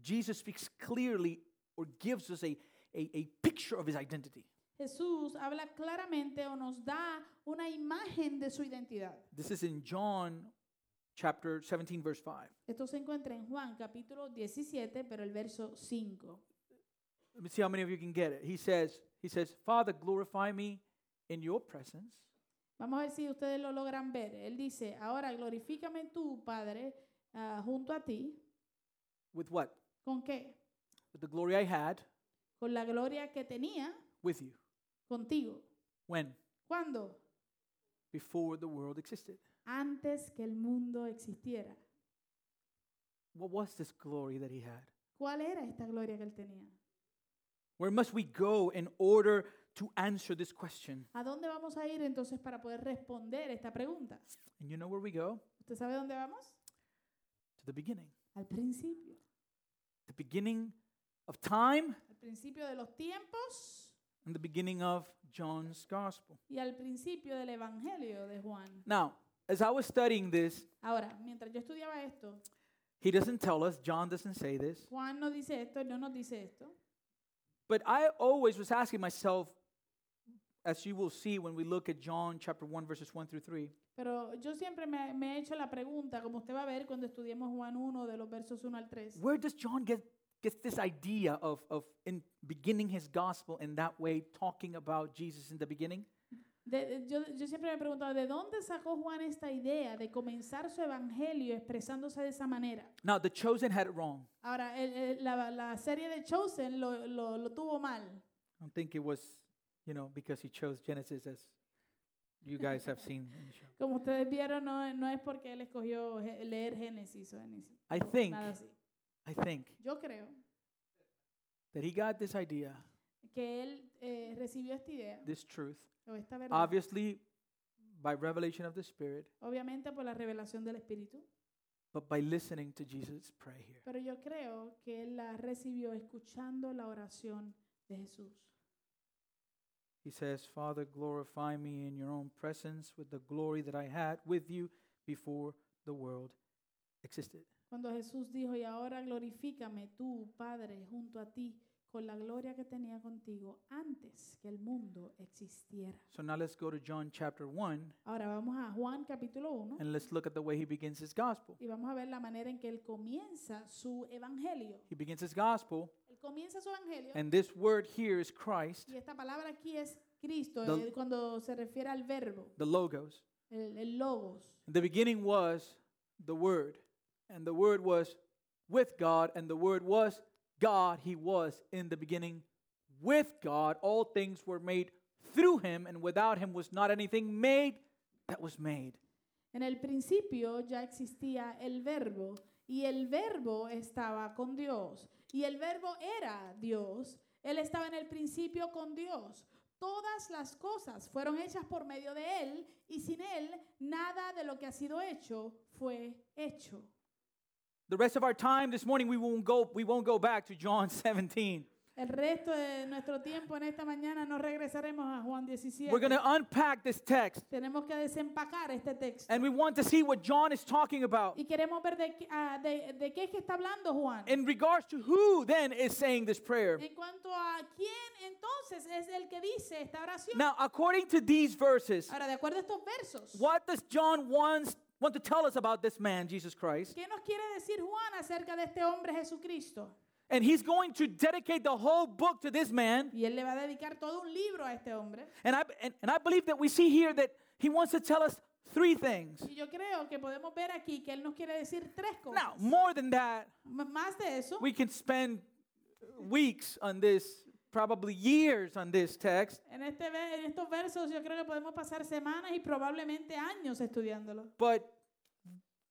S1: Jesus speaks clearly or gives us a, a, a picture of his identity.
S2: Jesús habla claramente o nos da una imagen de su identidad.
S1: This is in John chapter 17, verse 5.
S2: Esto se encuentra en Juan capítulo 17, pero el verso 5.
S1: Let me see how many of you can get it. He says, He says, Father, glorify me in your presence
S2: Vamos a ver si ustedes lo logran ver. Él dice, ahora glorifícame tú, Padre, ah, junto a ti.
S1: with what?
S2: ¿Con qué?
S1: With the glory I had
S2: Con la gloria que tenía
S1: with you.
S2: contigo.
S1: When?
S2: ¿Cuándo?
S1: Before the world existed.
S2: Antes que el mundo existiera.
S1: What was this glory that he had?
S2: ¿Cuál era esta gloria que él tenía?
S1: Where must we go in order to answer this question?
S2: ¿A dónde vamos a ir entonces para poder responder esta pregunta?
S1: And you know where we go?
S2: ¿Usted sabe dónde vamos?
S1: To the beginning.
S2: Al principio.
S1: The beginning of time
S2: Al principio de los tiempos
S1: and the beginning of John's gospel.
S2: y al principio del Evangelio de Juan.
S1: Now, as I was studying this,
S2: Ahora, mientras yo estudiaba esto,
S1: he doesn't tell us, John doesn't say this,
S2: Juan no dice esto, él no nos dice esto.
S1: but I always was asking myself, as you will see when we look at John chapter 1, verses 1 through 3,
S2: Pero yo siempre me, me he hecho la pregunta, como usted va a ver cuando estudiemos Juan 1 de los versos 1 al 3,
S1: where does John get gets this idea of, of in beginning his gospel in that way, talking about Jesus in the beginning?
S2: De- de- yo, yo siempre me he preguntado, ¿de dónde sacó Juan esta idea de comenzar su evangelio expresándose de esa manera?
S1: Now, the chosen had it wrong.
S2: Ahora, el- el- la, la serie de Chosen lo, lo- lo tuvo mal.
S1: I don't think it was, you know, because he chose Genesis as you guys have seen in the show.
S2: Como ustedes vieron, no, no es porque él escogió ge- leer Génesis o Génesis,
S1: I think,
S2: nada así.
S1: I think
S2: Yo creo
S1: that he got this idea,
S2: que él eh, recibió esta idea,
S1: this truth,
S2: o esta verdad,
S1: obviously by revelation of the Spirit,
S2: obviamente por la revelación del Espíritu,
S1: but by listening to Jesus pray here.
S2: pero yo creo que él la recibió escuchando la oración de Jesús.
S1: He says, Father, glorify me in your own presence with the glory that I had with you before the world existed.
S2: Cuando Jesús dijo, y ahora glorifícame tú, Padre, junto a ti, con la gloria que tenía contigo antes que el mundo existiera.
S1: So now let's go to John chapter 1
S2: Ahora vamos a Juan capítulo 1
S1: and let's look at the way he begins his gospel.
S2: y vamos a ver la manera en que él comienza su evangelio.
S1: He begins his gospel,
S2: Él comienza su evangelio
S1: and this word here is Christ.
S2: y esta palabra aquí es Cristo,
S1: The-
S2: eh, cuando se refiere al verbo,
S1: the logos.
S2: el, el logos.
S1: In the beginning was the Word, and the Word was with God, and the Word was God. He was in the beginning with God. All things were made through Him, and without Him was not anything made that was made.
S2: En el principio ya existía el verbo y el verbo estaba con Dios y el verbo era Dios. Él estaba en el principio con Dios. Todas las cosas fueron hechas por medio de Él y sin Él nada de lo que ha sido hecho fue hecho.
S1: The rest of our time this morning, we won't go, we won't go back to John 17.
S2: El resto de nuestro tiempo en esta mañana no regresaremos a Juan
S1: We're going
S2: 17.
S1: to unpack this text,
S2: Tenemos que desempacar este texto.
S1: and we want to see what John is talking about
S2: Y queremos ver de, qué- ah, de- de qué es que está hablando Juan.
S1: in regards to who then is saying this prayer.
S2: En cuanto a quién entonces es el que dice esta oración.
S1: Now, according to these verses,
S2: Ahora, de acuerdo a estos versos,
S1: What does John wants, want to tell us about this man, Jesus Christ?
S2: ¿qué nos quiere decir Juan acerca de este hombre Jesucristo?
S1: And he's going to dedicate the whole book to this man.
S2: Y él le va a dedicar todo un libro a este hombre.
S1: And I, and, and I believe that we see here that he wants to tell us three things.
S2: Y yo creo que podemos ver aquí que él nos quiere decir tres cosas.
S1: Now, more than that,
S2: M- Más de eso,
S1: we can spend weeks on this, probably years on this text.
S2: en, este ve- en estos versos yo creo que podemos pasar semanas y probablemente años estudiándolo.
S1: But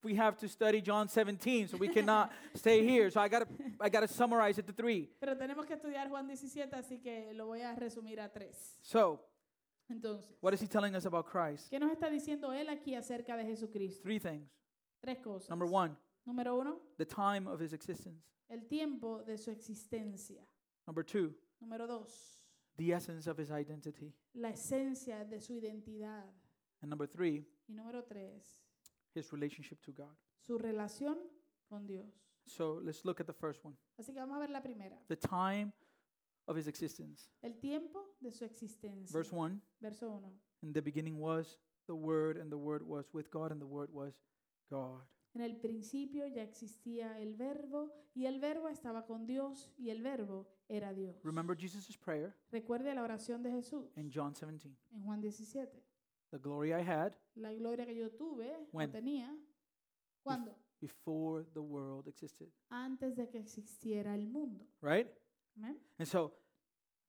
S1: we have to study John 17, so we cannot stay here. So I gotta, I gotta summarize it to three.
S2: Pero tenemos que estudiar Juan 17, así que lo voy a resumir a tres.
S1: So,
S2: Entonces,
S1: what is he telling us about Christ?
S2: ¿qué nos está diciendo él aquí acerca de Jesucristo?
S1: Three things.
S2: Tres cosas.
S1: Number one,
S2: Número uno,
S1: the time of his existence.
S2: el tiempo de su existencia.
S1: Number two,
S2: Número dos,
S1: the essence of his identity.
S2: la esencia de su identidad.
S1: And number three,
S2: Y número tres,
S1: his relationship to God.
S2: su relación con Dios.
S1: So let's look at the first one
S2: Así que vamos a ver la primera,
S1: the time of his existence.
S2: el tiempo de su existencia.
S1: Verse 1
S2: Verso 1.
S1: In the beginning was the Word, and the Word was with God, and the Word was God.
S2: En el principio ya existía el verbo y el verbo estaba con Dios y el verbo era Dios.
S1: Remember Jesus' prayer
S2: Recuerde la oración de Jesús
S1: in John 17.
S2: en Juan 17.
S1: The glory I had
S2: La gloria que yo tuve, no
S1: When?
S2: tenía, cuando
S1: before the world existed,
S2: antes de que existiera el mundo.
S1: right?
S2: Amén.
S1: And so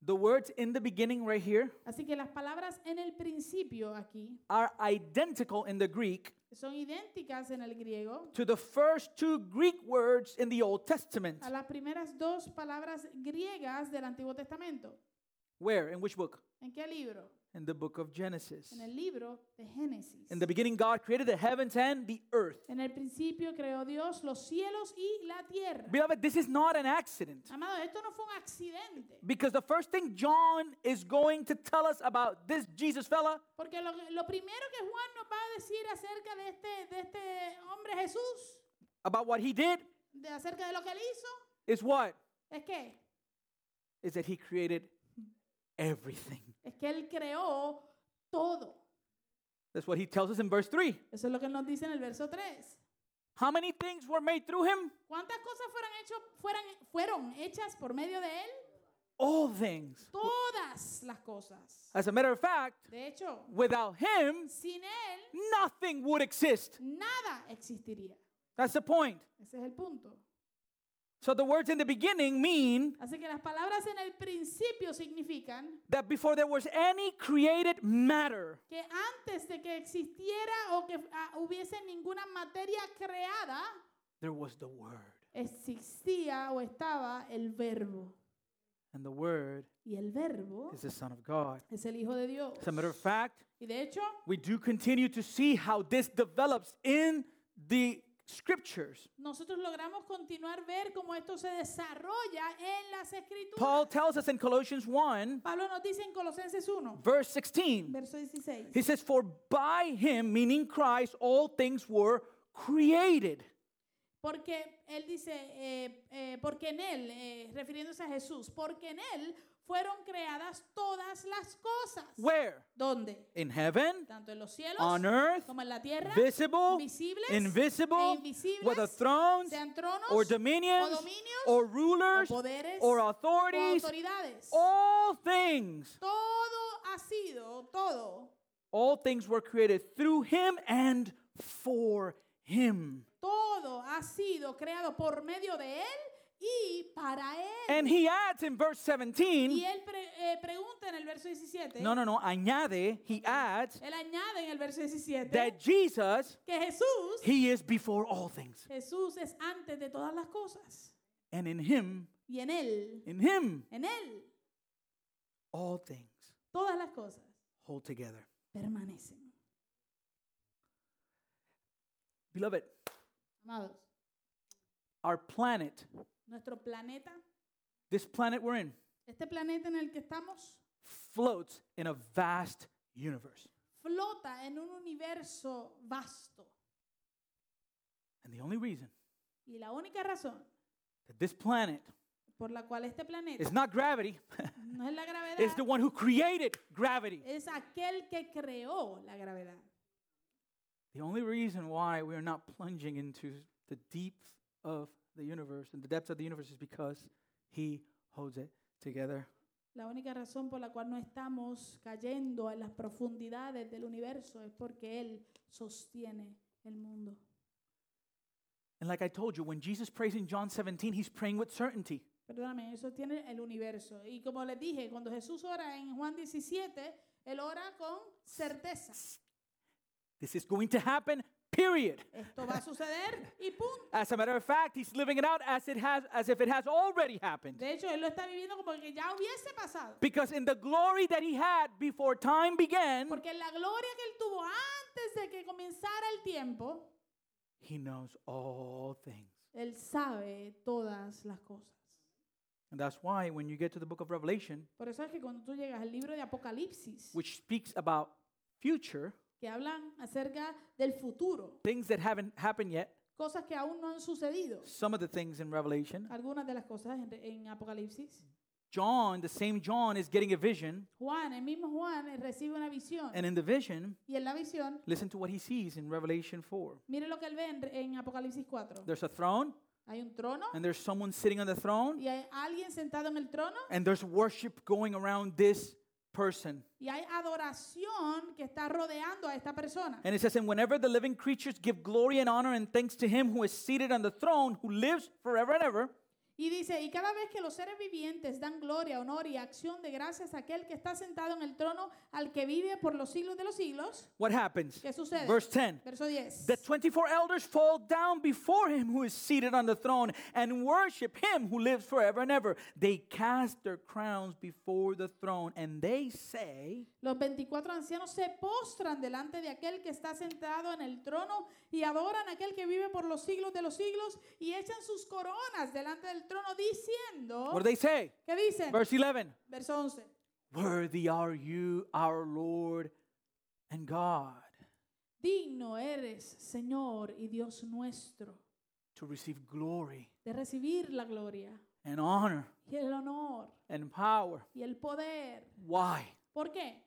S1: the words in the beginning right here
S2: Así que las palabras en el principio aquí
S1: are identical in the Greek
S2: son idénticas en el griego
S1: to the first two Greek words in the Old Testament.
S2: a las primeras dos palabras griegas del Antiguo Testamento.
S1: Where? In which book?
S2: ¿En qué libro?
S1: In the book of Genesis.
S2: En el libro de Génesis.
S1: In the beginning, God created the heavens and the earth.
S2: En el principio creó Dios los cielos y la tierra.
S1: Beloved, this is not an accident.
S2: Amado, esto no fue un accidente,
S1: Because the first thing John is going to tell us about this Jesus fella
S2: porque lo, lo primero que Juan nos va a decir acerca de este, de este hombre Jesús,
S1: about what he did
S2: de acerca de lo que él hizo,
S1: is what?
S2: es que
S1: Is that he created everything.
S2: es que él creó todo.
S1: That's what he tells us in verse 3.
S2: Eso es lo que él nos dice en el verso 3.
S1: How many things were made through him?
S2: ¿Cuántas cosas fueron, hecho- fueran, fueron hechas por medio de Él?
S1: All things.
S2: Todas las cosas.
S1: As a matter of fact,
S2: De hecho,
S1: without him,
S2: sin Él
S1: nothing would exist.
S2: nada existiría.
S1: That's the point.
S2: Ese es el punto.
S1: So the words in the beginning mean
S2: Así que las palabras en el principio significan
S1: that before there was any created matter,
S2: que antes de que existiera o que ah, hubiese ninguna materia creada,
S1: there was the Word.
S2: existía o estaba el verbo.
S1: And the Word
S2: Y el verbo
S1: is the Son of God.
S2: es el Hijo de Dios.
S1: As a matter of fact,
S2: Y de hecho,
S1: we do continue to see how this develops in the scriptures.
S2: nosotros logramos continuar ver cómo esto se desarrolla en las escrituras.
S1: Paul tells us in Colossians 1,
S2: Pablo nos dice en Colosenses 1,
S1: verse 16,
S2: verso 16.
S1: he says, For by him, meaning Christ, all things were created.
S2: Porque él dice, eh, eh, porque en él, eh, refiriéndose a Jesús, porque en él fueron creadas todas las cosas.
S1: Where?
S2: ¿Dónde?
S1: In heaven,
S2: Tanto en los cielos
S1: on earth,
S2: como en la tierra,
S1: visible,
S2: visibles,
S1: invisible,
S2: e invisibles,
S1: whether thrones
S2: sean tronos
S1: or dominions
S2: dominios,
S1: or rulers
S2: o poderes
S1: or
S2: o
S1: authorities,
S2: autoridades.
S1: all things,
S2: todo ha sido, todo,
S1: all things were created through him and for him.
S2: todo ha sido creado por medio de Él y para Él.
S1: And he adds in verse
S2: Y
S1: 17,
S2: Él pre- eh, pregunta en el verso 17,
S1: no, no, no, añade, he adds
S2: Él añade en el verso 17
S1: that Jesus,
S2: que Jesús,
S1: he is before all things.
S2: Jesús es antes de todas las cosas.
S1: And in him,
S2: Y en Él,
S1: in him,
S2: en Él,
S1: all things
S2: todas las cosas
S1: hold together.
S2: permanecen.
S1: Beloved,
S2: Amados,
S1: our planet,
S2: nuestro planeta,
S1: this planet we're in,
S2: este planeta en el que estamos,
S1: floats in a vast universe.
S2: flota en un universo vasto.
S1: And the only reason
S2: Y la única razón
S1: that this planet
S2: por la cual este planeta
S1: is not gravity,
S2: no es la gravedad,
S1: is the one who created gravity.
S2: es aquel que creó la gravedad.
S1: The only reason why we are not plunging into the deep of the universe and the depths of the universe is because he holds it together.
S2: La única razón por la cual no estamos cayendo en las profundidades del universo es porque Él sostiene el mundo.
S1: And like I told you, when Jesus prays in John 17, he's praying with certainty.
S2: Perdóname, Él sostiene el universo. Y como les dije, cuando Jesús ora en Juan 17, Él ora con certeza.
S1: This is going to happen, period.
S2: Esto va a suceder y punto.
S1: As a matter of fact, he's living it out as it has as if it has already happened.
S2: De hecho, Él lo está viviendo como que ya hubiese pasado.
S1: Because in the glory that he had before time began,
S2: Porque en la gloria que Él tuvo antes de que comenzara el tiempo,
S1: he knows all things.
S2: Él sabe todas las cosas.
S1: And that's why when you get to the book of Revelation,
S2: Por eso es que cuando tú llegas al libro de Apocalipsis,
S1: which speaks about future
S2: que hablan acerca del futuro,
S1: things that haven't happened yet,
S2: cosas que aún no han sucedido,
S1: some of the things in Revelation.
S2: algunas de las cosas en, en Apocalipsis,
S1: John, the same John, is getting a vision,
S2: Juan, el mismo Juan eh, recibe una visión
S1: and in the vision,
S2: y en la visión,
S1: listen to what he sees in Revelation 4.
S2: mire lo que él ve en, en Apocalipsis 4.
S1: There's a throne,
S2: Hay un trono
S1: and there's someone sitting on the throne,
S2: y hay alguien sentado en el trono
S1: and there's worship going around this person.
S2: y hay adoración que está rodeando a esta persona.
S1: And it says, And whenever the living creatures give glory and honor and thanks to him who is seated on the throne, who lives forever and ever,
S2: Y dice, y cada vez que los seres vivientes dan gloria, honor y acción de gracias a aquel que está sentado en el trono, al que vive por los siglos de los siglos,
S1: what happens?
S2: ¿qué sucede?
S1: Verse 10.
S2: Verso 10.
S1: The 24 elders fall down before him who is seated on the throne and worship him who lives forever and ever. They cast their crowns before the throne and they say,
S2: Los 24 ancianos se postran delante de aquel que está sentado en el trono y adoran a aquel que vive por los siglos de los siglos y echan sus coronas delante del trono
S1: What do
S2: diciendo,
S1: they say?
S2: ¿qué dicen?
S1: Verse 11
S2: Verso 11.
S1: Worthy are you, our Lord and God,
S2: Digno eres, Señor y Dios nuestro,
S1: to receive glory
S2: de recibir la gloria
S1: and honor
S2: y el honor
S1: and power.
S2: y el poder.
S1: Why?
S2: ¿Por qué?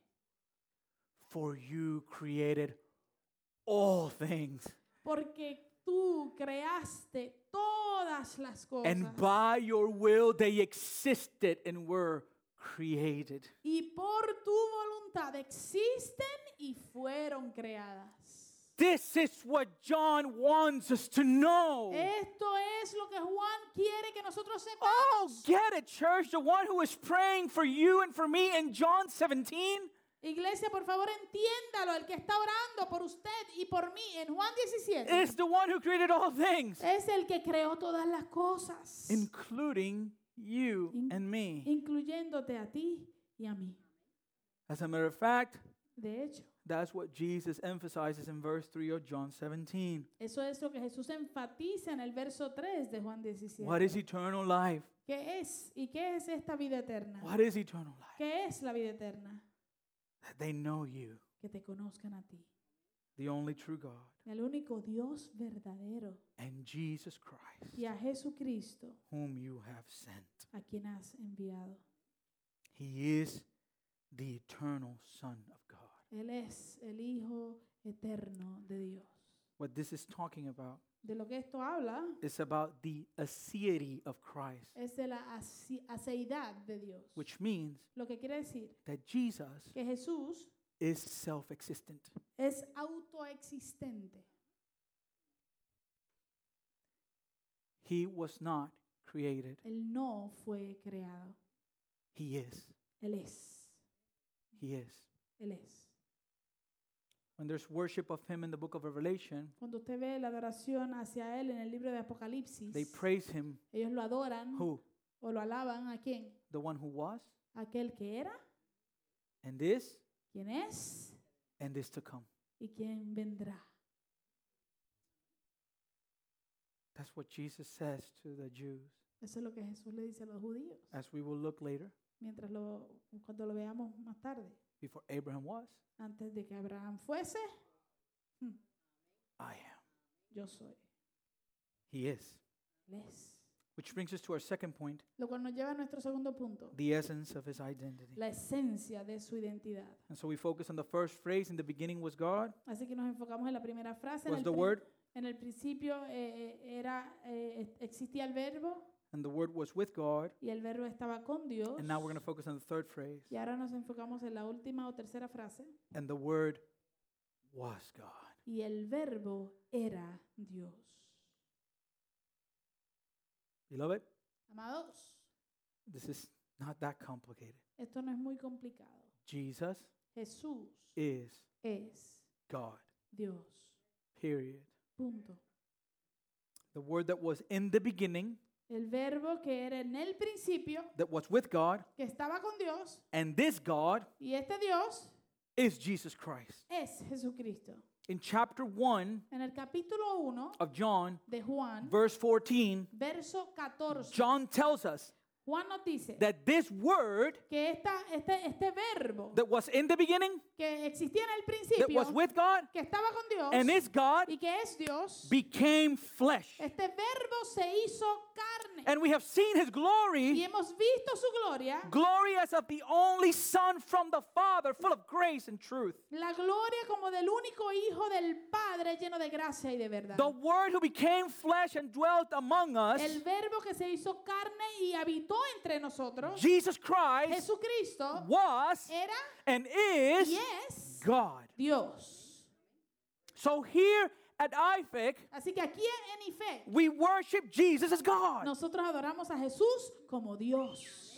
S1: For you created all things,
S2: Porque tú creaste todas las cosas.
S1: and by your will they existed and were created.
S2: y por tu voluntad existen y fueron creadas.
S1: This is what John wants us to know.
S2: Eh? Esto es lo que Juan quiere que nosotros
S1: Oh,
S2: sepamos.
S1: get it, church. The one who is praying for you and for me in John 17
S2: Iglesia, por favor, entiéndalo. El que está orando por usted y por mí en Juan 17
S1: is the one who created all things,
S2: es el que creó todas las cosas,
S1: including you
S2: In-
S1: and me.
S2: incluyéndote a ti y a mí.
S1: As a matter of fact,
S2: De hecho,
S1: that's what Jesus emphasizes in verse 3 of John 17.
S2: eso es lo que Jesús enfatiza en el verso 3 de Juan 17.
S1: What is eternal life?
S2: ¿Qué es y qué es esta vida eterna?
S1: What is eternal life?
S2: ¿Qué es la vida eterna?
S1: That they know you,
S2: Que te conozcan a ti,
S1: the only true God,
S2: al único Dios verdadero
S1: and Jesus Christ,
S2: y a Jesucristo,
S1: whom you have sent.
S2: a quien has enviado.
S1: He is the eternal Son of God.
S2: Él es el Hijo eterno de Dios.
S1: What this is talking about
S2: De lo que esto habla
S1: is about the aseity of Christ,
S2: es de la aci- aceidad de Dios.
S1: which means
S2: Lo que quiere decir
S1: that Jesus
S2: que Jesús
S1: is self existent.
S2: es autoexistente.
S1: He was not created,
S2: Él no fue creado.
S1: He is.
S2: Él es.
S1: He is.
S2: Él es.
S1: When there's worship of Him in the book of Revelation,
S2: Cuando usted ve la adoración hacia Él en el libro de Apocalipsis,
S1: they praise Him
S2: ellos lo adoran
S1: who?
S2: o lo alaban a quién?
S1: The one who was,
S2: Aquel que era,
S1: and this,
S2: quién es
S1: and this to come.
S2: y quién vendrá.
S1: That's what Jesus says to the Jews,
S2: Eso es lo que Jesús le dice a los judíos.
S1: as we will look later,
S2: Mientras lo, cuando lo veamos más tarde,
S1: before Abraham was,
S2: antes de que Abraham fuese,
S1: I am.
S2: yo soy.
S1: He is.
S2: Él es.
S1: Which brings us to our second point
S2: Lo cual nos lleva a nuestro segundo punto,
S1: the essence of His identity.
S2: la esencia de su identidad.
S1: And so we focus on the first phrase in the beginning was God,
S2: Así que nos enfocamos en la primera frase. En
S1: was
S2: el,
S1: the
S2: pri-
S1: Word,
S2: en el principio eh, eh, era, eh, existía el verbo
S1: and the Word was with God.
S2: y el verbo estaba con Dios.
S1: And now we're going to focus on the third phrase,
S2: Y ahora nos enfocamos en la última o tercera frase.
S1: and the Word was God.
S2: Y el verbo era Dios.
S1: Beloved,
S2: Amados,
S1: this is not that complicated.
S2: esto no es muy complicado.
S1: Jesus
S2: Jesús
S1: is
S2: es
S1: God,
S2: Dios.
S1: period.
S2: Punto.
S1: The Word that was in the beginning,
S2: El verbo que era en el principio,
S1: that was with God,
S2: que estaba con Dios,
S1: and this God
S2: y este Dios
S1: is Jesus Christ.
S2: es Jesucristo.
S1: In chapter 1
S2: En el capítulo 1
S1: of John,
S2: de Juan,
S1: verse 14,
S2: verso 14,
S1: John tells us
S2: Juan nos dice
S1: that this Word
S2: que esta, este, este verbo
S1: that was in the beginning,
S2: que existía en el
S1: that was
S2: principio,
S1: with God,
S2: que estaba con
S1: and
S2: Dios
S1: is God
S2: y que es Dios,
S1: became flesh.
S2: este verbo se hizo carne
S1: And we have seen his
S2: y
S1: glory,
S2: hemos visto su gloria,
S1: glory as of the only Son from the Father, full of grace and truth.
S2: la gloria como del único Hijo del Padre lleno de gracia y de verdad.
S1: The Word who became flesh and dwelt among us,
S2: El verbo que se hizo carne y habitó entre nosotros,
S1: Jesus Christ,
S2: Jesucristo,
S1: was
S2: era
S1: and is
S2: y es
S1: God.
S2: Dios.
S1: So here at IFIC,
S2: Así que aquí en Enife
S1: we worship Jesus as God.
S2: Nosotros adoramos a Jesús como Dios.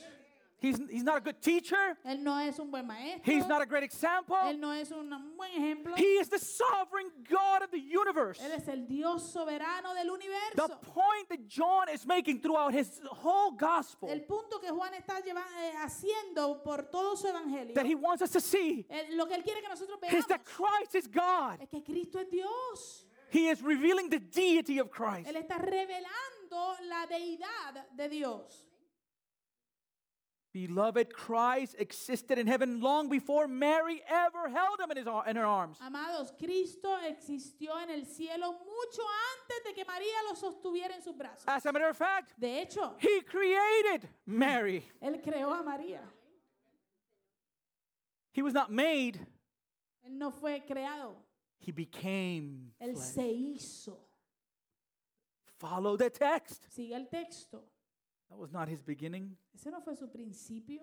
S1: He's, he's not a good teacher,
S2: Él no es un buen maestro.
S1: he's not a great example.
S2: él no es un buen ejemplo.
S1: He is the sovereign God of the universe.
S2: él es el Dios soberano del
S1: The
S2: universo.
S1: point that John is making throughout his whole gospel
S2: El punto que Juan está lleva- eh, haciendo por todo su evangelio,
S1: that he wants us to see
S2: eh, lo que él quiere que nosotros
S1: is
S2: veamos
S1: that Christ is God.
S2: es que Cristo es Dios.
S1: He is revealing the deity of Christ.
S2: Él está revelando la deidad de Dios.
S1: Beloved, Christ existed in heaven long before Mary ever held him in, his ar- in her arms.
S2: Amados, Cristo existió en el cielo mucho antes de que María lo sostuviera en sus brazos.
S1: As a matter of fact,
S2: De hecho,
S1: he created Mary.
S2: él creó a María.
S1: He was not made,
S2: Él no fue creado,
S1: he became
S2: él
S1: flesh.
S2: se hizo.
S1: Follow the text.
S2: Sigue el texto.
S1: That was not his beginning.
S2: Ese no fue su principio.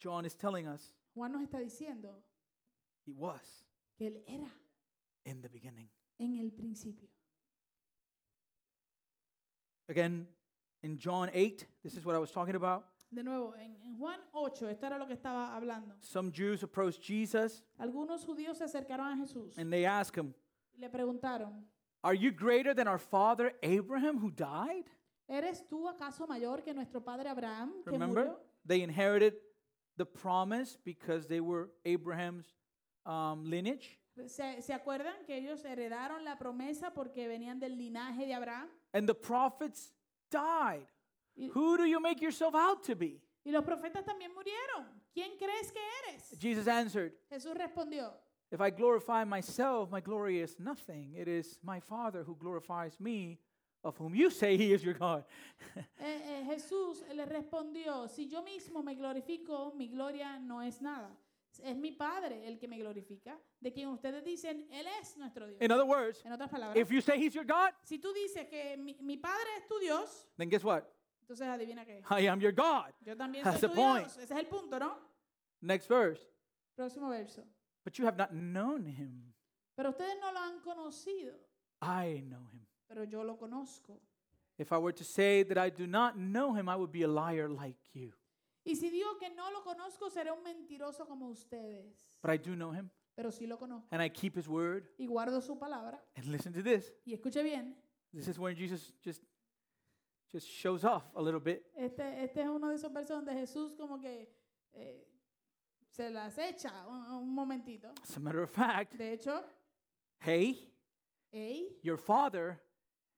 S1: John is telling us
S2: Juan nos está diciendo
S1: he was
S2: que él era
S1: in the beginning.
S2: en el principio.
S1: Again, in John 8, this is what I was talking about.
S2: De nuevo, en, en Juan 8, esto era lo que estaba hablando.
S1: Some Jews approached Jesus
S2: Algunos judíos se acercaron a Jesús
S1: and they asked him,
S2: y le preguntaron,
S1: Are you greater than our father Abraham who died?
S2: ¿eres tú acaso mayor que nuestro padre Abraham que
S1: Remember,
S2: murió?
S1: they inherited the promise because they were Abraham's um, lineage.
S2: ¿Se, se acuerdan que ellos heredaron la promesa porque venían del linaje de Abraham?
S1: And the prophets died.
S2: Y-
S1: Who do you make yourself out to be?
S2: Y los profetas también murieron. ¿Quién crees que eres?
S1: Jesus answered,
S2: Jesús respondió,
S1: If I glorify myself, my glory is nothing. It is my Father who glorifies me, of whom you say he is your God.
S2: Eh, eh, Jesús le respondió, si yo mismo me glorifico, mi gloria no es nada. Es mi Padre el que me glorifica, de quien ustedes dicen, Él es nuestro Dios.
S1: In other words,
S2: En otras palabras,
S1: Em, if you say he's your God,
S2: si tú dices que mi, mi Padre es tu Dios,
S1: then guess what?
S2: entonces adivina qué.
S1: I am your God.
S2: Yo también
S1: That's
S2: soy
S1: the
S2: tu
S1: point.
S2: Dios. Ese es el punto, ¿no?
S1: Next verse.
S2: Próximo verso.
S1: But you have not known him.
S2: Pero ustedes no lo han conocido,
S1: I know him.
S2: pero yo lo conozco.
S1: If I were to say that I do not know him, I would be a liar like you.
S2: Y si digo que no lo conozco, seré un mentiroso como ustedes.
S1: But I do know him,
S2: Pero sí lo conozco.
S1: and I keep his word.
S2: Y guardo su palabra.
S1: And listen to this.
S2: Y escuche bien,
S1: This is when Jesus just just shows off a little bit.
S2: este, este es uno de esos versos donde Jesús como que eh, se las echa un, un momentito.
S1: As a matter of fact,
S2: De hecho,
S1: hey,
S2: ey,
S1: your father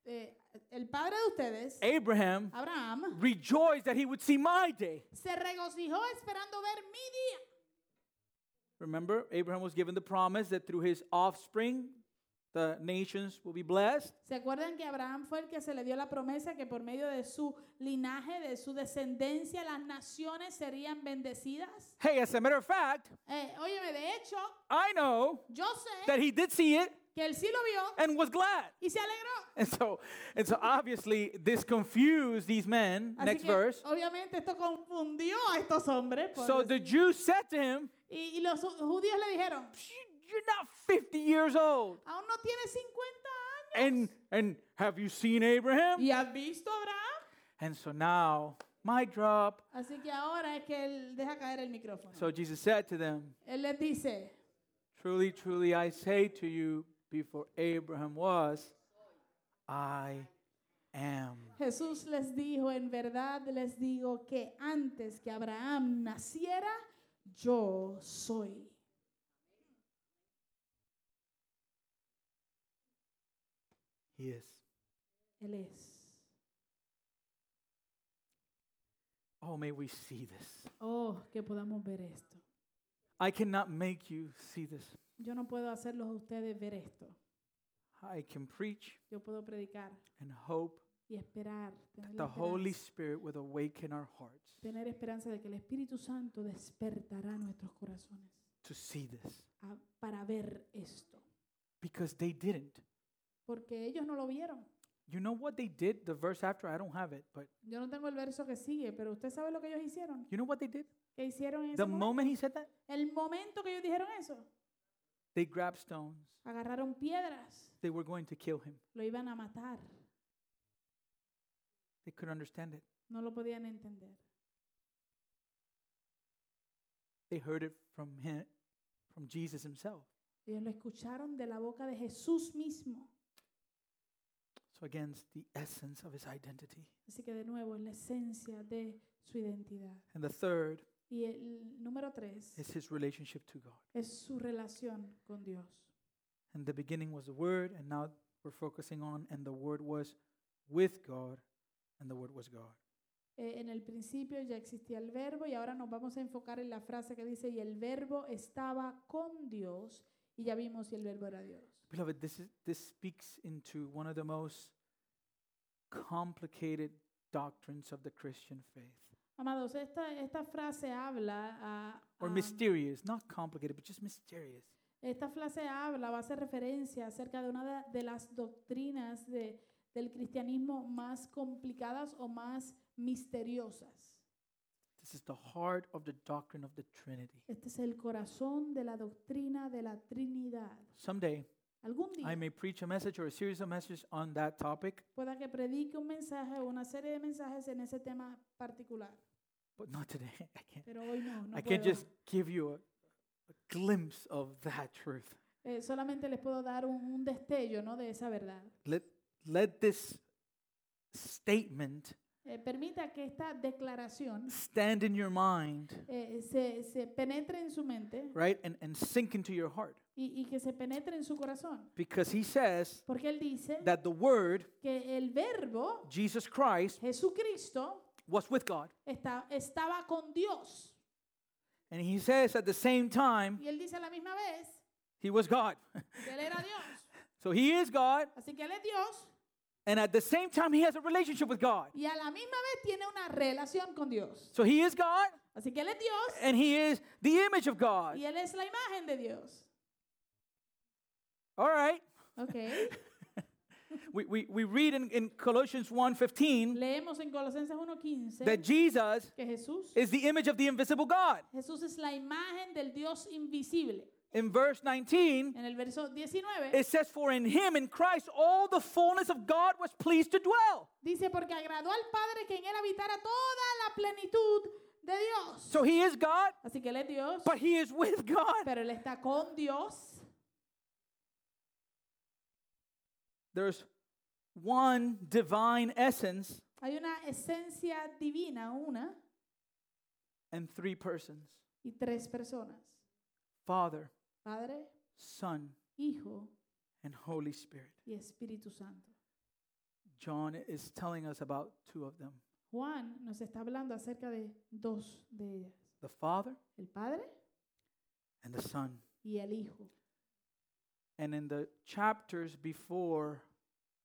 S2: eh, el padre de ustedes,
S1: Abraham
S2: Abraham,
S1: rejoiced that he would see my day.
S2: se regocijó esperando ver mi día.
S1: Remember, Abraham was given the promise that through his offspring the nations will be blessed.
S2: ¿Se acuerdan que Abraham fue el que se le dio la promesa que por medio de su linaje, de su descendencia, las naciones serían bendecidas?
S1: Hey, as a matter of fact,
S2: Eh, óyeme, de hecho,
S1: I know
S2: yo sé
S1: that he did see it
S2: que él sí lo vio
S1: and was glad.
S2: y se alegró.
S1: And so, and so obviously this confused these men.
S2: Así
S1: Next
S2: que,
S1: verse.
S2: obviamente, esto confundió a estos hombres. por
S1: So
S2: decir-
S1: the Jews said to him,
S2: y, y los ju- judíos le dijeron,
S1: "You're not 50 years old,
S2: aún no tiene 50
S1: and
S2: años.
S1: and have you seen Abraham?"
S2: ¿Y has visto a Abraham?
S1: And so now, mic drop.
S2: Así que ahora es que él deja caer el micrófono.
S1: So Jesus said to them,
S2: él les dice,
S1: "Truly, truly, I say to you, before Abraham was, I am."
S2: Jesús les dijo, en verdad les digo que antes que Abraham naciera, yo soy.
S1: He is.
S2: Él es.
S1: Oh, may we see this.
S2: Oh, que podamos ver esto.
S1: I cannot make you see this.
S2: Yo no puedo hacerlos a ustedes ver esto.
S1: I can preach
S2: Yo puedo predicar
S1: and hope
S2: y esperar. Tener,
S1: that
S2: la
S1: the Holy
S2: esperanza,
S1: Spirit will awaken our hearts
S2: tener esperanza de que el Espíritu Santo despertará nuestros corazones
S1: to see this
S2: a- para ver esto.
S1: because they didn't.
S2: Porque ellos no lo vieron.
S1: You know what they did? The verse after, I don't have it, but
S2: Yo no tengo el verso que sigue, pero usted sabe lo que ellos hicieron.
S1: you know what they did?
S2: ¿Qué hicieron en ese
S1: The
S2: momento?
S1: moment he said that,
S2: El momento que ellos dijeron eso.
S1: they grabbed stones.
S2: Agarraron piedras,
S1: They were going to kill him.
S2: lo iban a matar,
S1: They couldn't understand it.
S2: no lo podían entender.
S1: They heard it from him, from Jesus himself.
S2: Ellos lo escucharon de la boca de Jesús mismo.
S1: So against the essence of his identity.
S2: Así que de nuevo es la esencia de su identidad.
S1: And the third
S2: Y el número tres
S1: is his relationship to God.
S2: es su relación con Dios.
S1: And the beginning was the Word, and now we're focusing on, and the Word was with God, and the Word was God.
S2: Eh, en el principio ya existía el verbo y ahora nos vamos a enfocar en la frase que dice, y el verbo estaba con Dios y ya vimos si el verbo era Dios.
S1: Beloved, this, is, this speaks into one of the most complicated doctrines of the Christian faith.
S2: Amados, esta, esta frase habla a...
S1: Or
S2: a-
S1: mysterious, not complicated, but just mysterious.
S2: Esta frase habla o hace referencia acerca de una de, de las doctrinas de- del cristianismo más complicadas o más misteriosas.
S1: This is the heart of the doctrine of the Trinity.
S2: Este es el corazón de la doctrina de la Trinidad.
S1: Someday,
S2: Algún día
S1: I may preach a message or a series of messages on that topic,
S2: pueda que predique un mensaje o una serie de mensajes en ese tema particular,
S1: but not today. I can't,
S2: pero hoy no, no
S1: I can't
S2: puedo.
S1: just give you a, a glimpse of that truth.
S2: Eh, solamente les puedo dar un, un destello ¿no? de esa verdad.
S1: Let, let this statement
S2: Eh, permita que esta declaración
S1: stand in your mind,
S2: eh, se, se penetre en su mente
S1: right? And, and sink into your heart.
S2: y- y que se penetre en su corazón.
S1: Because he says
S2: Porque él dice
S1: that the Word,
S2: que el verbo
S1: Jesus Christ,
S2: Jesucristo
S1: was with God.
S2: está, estaba con Dios.
S1: And he says at the same time,
S2: Y él dice a la misma vez
S1: he was God.
S2: que él era Dios.
S1: so he is God,
S2: Así que él es Dios,
S1: And at the same time, he has a relationship with God.
S2: y a la misma vez tiene una relación con Dios.
S1: So he is God
S2: Así que Él es Dios
S1: and he is the image of God.
S2: y Él es la imagen de Dios.
S1: All right.
S2: Ok,
S1: We, we, we read in, in Colossians 1.15
S2: leemos en Colosenses
S1: that
S2: 1.15
S1: Jesus
S2: que Jesús,
S1: is the image of the invisible God.
S2: Jesús es la imagen del Dios invisible.
S1: In verse 19,
S2: En el verso 19
S1: it says, For in him, in Christ, all the fullness of God was pleased to dwell.
S2: dice, porque agradó al Padre que en Él habitara toda la plenitud de Dios.
S1: So he is God,
S2: Así que Él es Dios,
S1: but he is with God.
S2: pero Él está con Dios.
S1: There's one divine essence
S2: Hay una esencia divina, una
S1: and three persons
S2: y tres personas.
S1: Father,
S2: Padre,
S1: Son,
S2: Hijo
S1: and Holy Spirit.
S2: y Espíritu Santo.
S1: John is telling us about two of them
S2: Juan nos está hablando acerca de dos de ellas,
S1: the Father
S2: el Padre
S1: and the Son.
S2: y el Hijo.
S1: And in the chapters before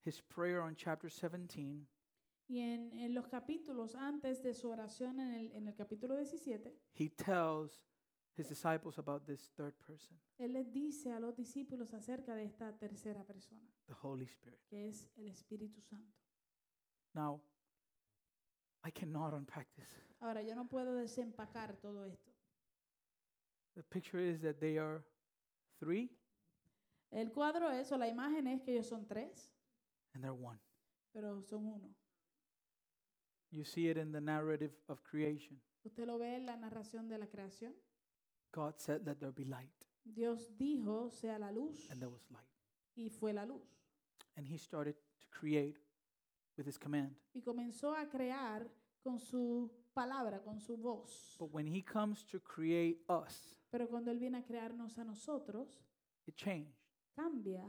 S1: his prayer on chapter 17,
S2: Y en, en los capítulos antes de su oración, en el, en el capítulo 17,
S1: he tells his disciples about this third person,
S2: Él les dice a los discípulos acerca de esta tercera persona,
S1: the Holy Spirit.
S2: que es el Espíritu Santo.
S1: Now, I cannot unpack this.
S2: Ahora, yo no puedo desempacar todo esto.
S1: The picture is that they are three
S2: El cuadro es, o la imagen es que ellos son tres,
S1: and they're one.
S2: pero son uno.
S1: You see it in the narrative of creation.
S2: Usted lo ve en la narración de la creación.
S1: God said, Let there be light,
S2: Dios dijo, sea la luz,
S1: and there was light.
S2: y fue la luz.
S1: And he started to create with his command.
S2: Y comenzó a crear con su palabra, con su voz.
S1: But when he comes to create us,
S2: Pero cuando Él viene a crearnos a nosotros,
S1: it changed
S2: cambia,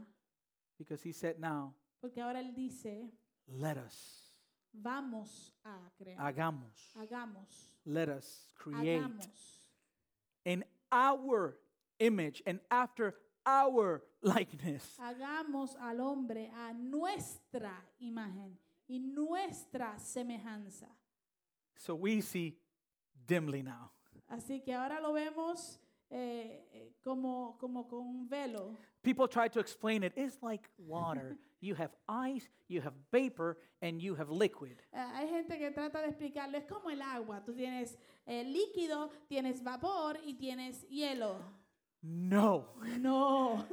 S1: because he said, Now,
S2: porque ahora Él dice,
S1: let us,
S2: vamos a crear,
S1: hagamos,
S2: hagamos,
S1: let us create
S2: hagamos
S1: in our image and after our likeness.
S2: Hagamos al hombre a nuestra imagen y nuestra semejanza.
S1: So we see dimly now.
S2: Así que ahora lo vemos eh, eh, como, como con un velo.
S1: People try to explain it. It's like water. you have ice, you have vapor, and you have liquid.
S2: Eh, hay gente que trata de explicarlo. Es como el agua. Tú tienes eh, líquido, tienes vapor y tienes hielo.
S1: No,
S2: No.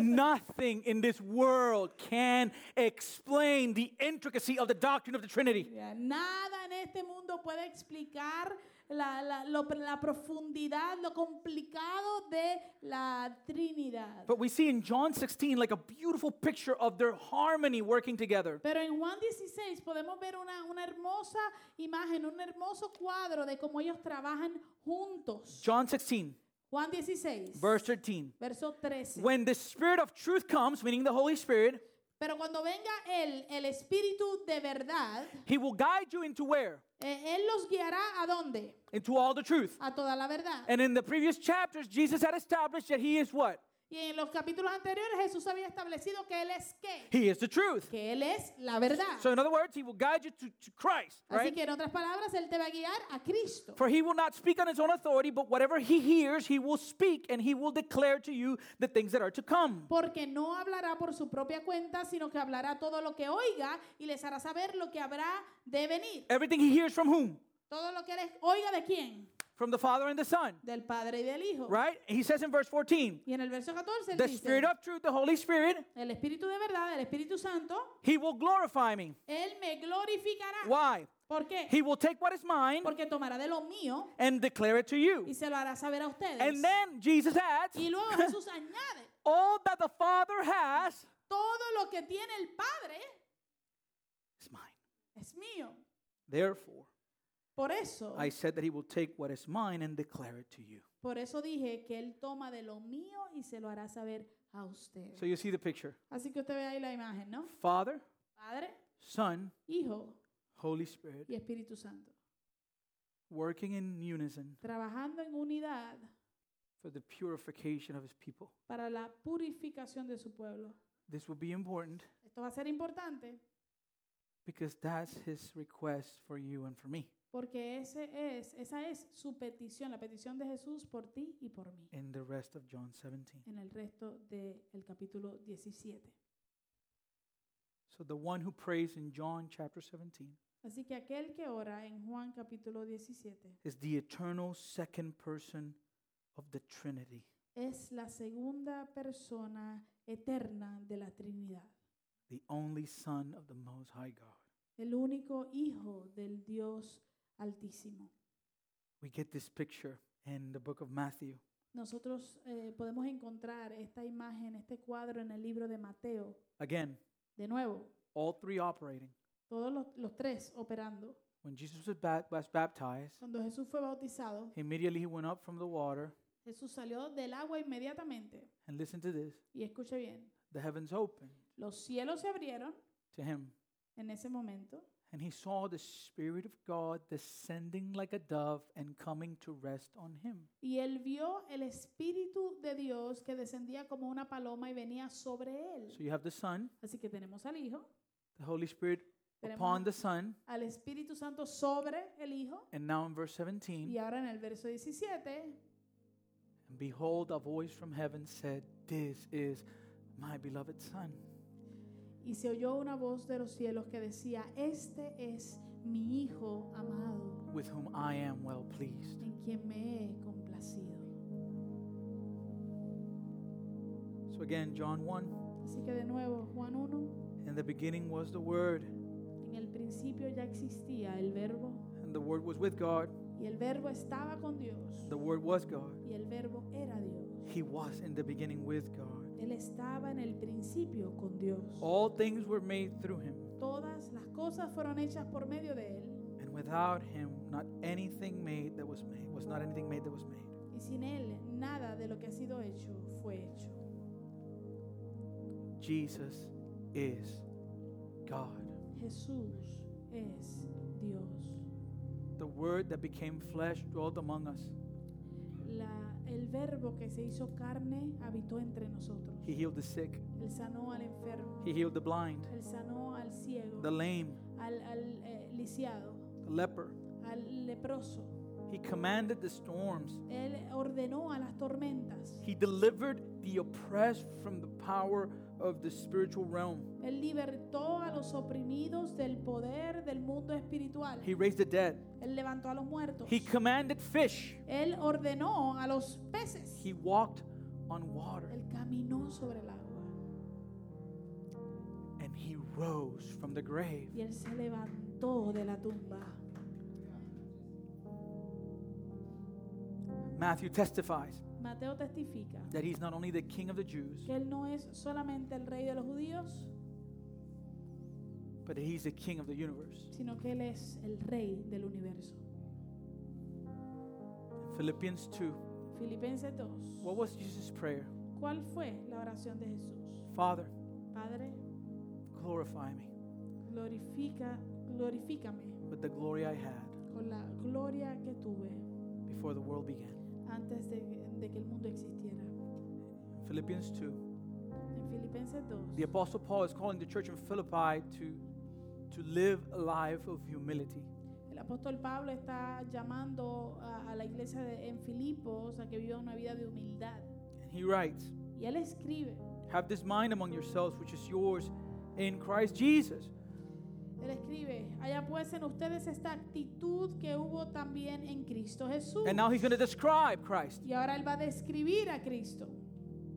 S1: nothing in this world can explain the intricacy of the doctrine of the Trinity.
S2: Ya, Nada en este mundo puede explicar la, la- lo- la profundidad, lo complicado de la Trinidad.
S1: But we see in John 16 like a beautiful picture of their harmony working together.
S2: Pero en Juan 16 podemos ver una, una hermosa imagen, un hermoso cuadro de cómo ellos trabajan juntos.
S1: John 16,
S2: Juan 16,
S1: verse 13.
S2: verso 13.
S1: When the Spirit of truth comes, meaning the Holy Spirit,
S2: Pero cuando venga Él, el Espíritu de verdad,
S1: He will guide you into where?
S2: eh, Él los guiará a dónde?
S1: Into all the truth.
S2: A toda la verdad.
S1: And in the previous chapters, Jesus had established that He is what?
S2: Y en los capítulos anteriores Jesús había establecido que Él es qué?
S1: He is the truth.
S2: Que Él es la verdad.
S1: So, in other words, He will guide you to, to Christ,
S2: Así
S1: right?
S2: que en otras palabras, Él te va a guiar a Cristo.
S1: For He will not speak on His own authority, but whatever He hears, He will speak and He will declare to you the things that are to come.
S2: Porque no hablará por su propia cuenta, sino que hablará todo lo que oiga y les hará saber lo que habrá de venir.
S1: Everything He hears from whom?
S2: Todo lo que les oiga de quién?
S1: From the Father and the Son,
S2: Del Padre y del Hijo.
S1: right? He says in verse 14,
S2: Y en el verso 14 él
S1: The
S2: dice,
S1: Spirit of truth, the Holy Spirit,
S2: el Espíritu de verdad, el Espíritu Santo,
S1: He will glorify me.
S2: Él me glorificará.
S1: Why?
S2: ¿Por qué?
S1: He will take what is mine
S2: Porque tomará de lo mío
S1: and declare it to
S2: y
S1: you.
S2: se lo hará saber a ustedes.
S1: And then Jesus adds,
S2: y luego Jesús añade,
S1: All that the Father has
S2: todo lo que tiene el Padre
S1: is mine.
S2: es mío.
S1: Therefore,
S2: Por eso,
S1: I said that He will take what is mine and declare it to you.
S2: por eso dije que Él toma de lo mío y se lo hará saber a ustedes.
S1: So you see the picture
S2: Así que usted ve ahí la imagen, ¿no?
S1: Father,
S2: Padre,
S1: Son,
S2: Hijo
S1: Holy Spirit
S2: y Espíritu Santo.
S1: working in unison
S2: Trabajando en unidad
S1: for the purification of His people.
S2: para la purificación de su pueblo.
S1: This will be important
S2: Esto va a ser importante
S1: because that's his request for you and for me.
S2: Porque ese es, esa es su petición, la petición de Jesús por ti y por mí,
S1: In the rest of John 17.
S2: en el resto del capítulo 17.
S1: So the one who prays in John chapter 17
S2: Así que aquel que ora en Juan capítulo 17
S1: is the eternal second person of the Trinity.
S2: es la segunda persona eterna de la Trinidad,
S1: the only Son of the Most High God.
S2: el único Hijo del Dios Altísimo.
S1: We get this picture in the book of Matthew.
S2: Nosotros eh, podemos encontrar esta imagen, este cuadro en el libro de Mateo.
S1: Again,
S2: De nuevo,
S1: all three operating.
S2: todos los, los tres operando.
S1: When Jesus was, ba- was baptized,
S2: Cuando Jesús fue bautizado,
S1: immediately he went up from the water.
S2: Jesús salió del agua inmediatamente.
S1: And listen to this
S2: Y escuche bien,
S1: the heavens opened
S2: los cielos se abrieron
S1: to him,
S2: en ese momento
S1: and he saw the Spirit of God descending like a dove and coming to rest on him.
S2: y él vio el Espíritu de Dios que descendía como una paloma y venía sobre
S1: So
S2: él.
S1: you have the Son,
S2: Así que tenemos al Hijo,
S1: the Holy Spirit upon
S2: tenemos
S1: the Son.
S2: al Espíritu Santo sobre el Hijo.
S1: And now in verse 17,
S2: Y ahora en el verso 17,
S1: and behold, a voice from heaven said, This is my beloved Son.
S2: y se oyó una voz de los cielos que decía, este es mi Hijo amado,
S1: with whom I am well pleased.
S2: en quien me he complacido.
S1: So again, John 1
S2: Así que de nuevo, Juan 1,
S1: In the beginning was the Word,
S2: en el principio ya existía el verbo
S1: and the Word was with God,
S2: y el verbo estaba con Dios
S1: the Word was God.
S2: y el verbo era Dios.
S1: He was in the beginning with God.
S2: Él estaba en el principio con Dios.
S1: All things were made through Him,
S2: Todas las cosas fueron hechas por medio de Él
S1: and without Him, not anything made that was made was not anything made that was made.
S2: y sin Él nada de lo que ha sido hecho fue hecho.
S1: Jesus is God.
S2: Jesús es Dios.
S1: The Word that became flesh dwelt among us.
S2: La- el verbo que se hizo carne habitó entre nosotros.
S1: He healed the sick,
S2: Él sanó al enfermo,
S1: He healed the blind,
S2: Él sanó al ciego,
S1: the lame,
S2: al, al, eh, lisiado,
S1: the leper.
S2: al leproso.
S1: He commanded the storms.
S2: Él ordenó a las tormentas.
S1: He delivered the oppressed from the power of the spiritual realm.
S2: Él libertó a los oprimidos del poder del mundo espiritual.
S1: He raised the dead.
S2: Él levantó a los muertos.
S1: He commanded fish.
S2: Él ordenó a los peces.
S1: He walked on water.
S2: Él caminó sobre el agua.
S1: And he rose from the grave.
S2: Y él se levantó de la tumba.
S1: Matthew testifies
S2: Mateo testifica
S1: that he's not only the king of the Jews,
S2: que él no es solamente el rey de los judíos,
S1: but that he's the king of the universe.
S2: sino que él es el rey del universo.
S1: Philippians 2.
S2: Filipenses 2.
S1: What was Jesus' prayer?
S2: ¿Cuál fue la oración de Jesús?
S1: Father,
S2: Padre,
S1: glorify me
S2: glorifica, glorifícame
S1: with the glory I had
S2: con la gloria que tuve
S1: before the world began.
S2: antes de, de que el mundo existiera.
S1: Philippians 2.
S2: En Filipenses 2.
S1: The Apostle Paul is calling the church in Philippi to, to live a life of humility.
S2: El apóstol Pablo está llamando a, a la iglesia de- en Filipos a que viva una vida de humildad.
S1: And he writes,
S2: Y él escribe,
S1: Have this mind among yourselves, which is yours in Christ Jesus.
S2: él escribe, haya pues en ustedes esta actitud que hubo también en Cristo Jesús.
S1: And now he's going to describe Christ,
S2: Y ahora él va a describir a Cristo,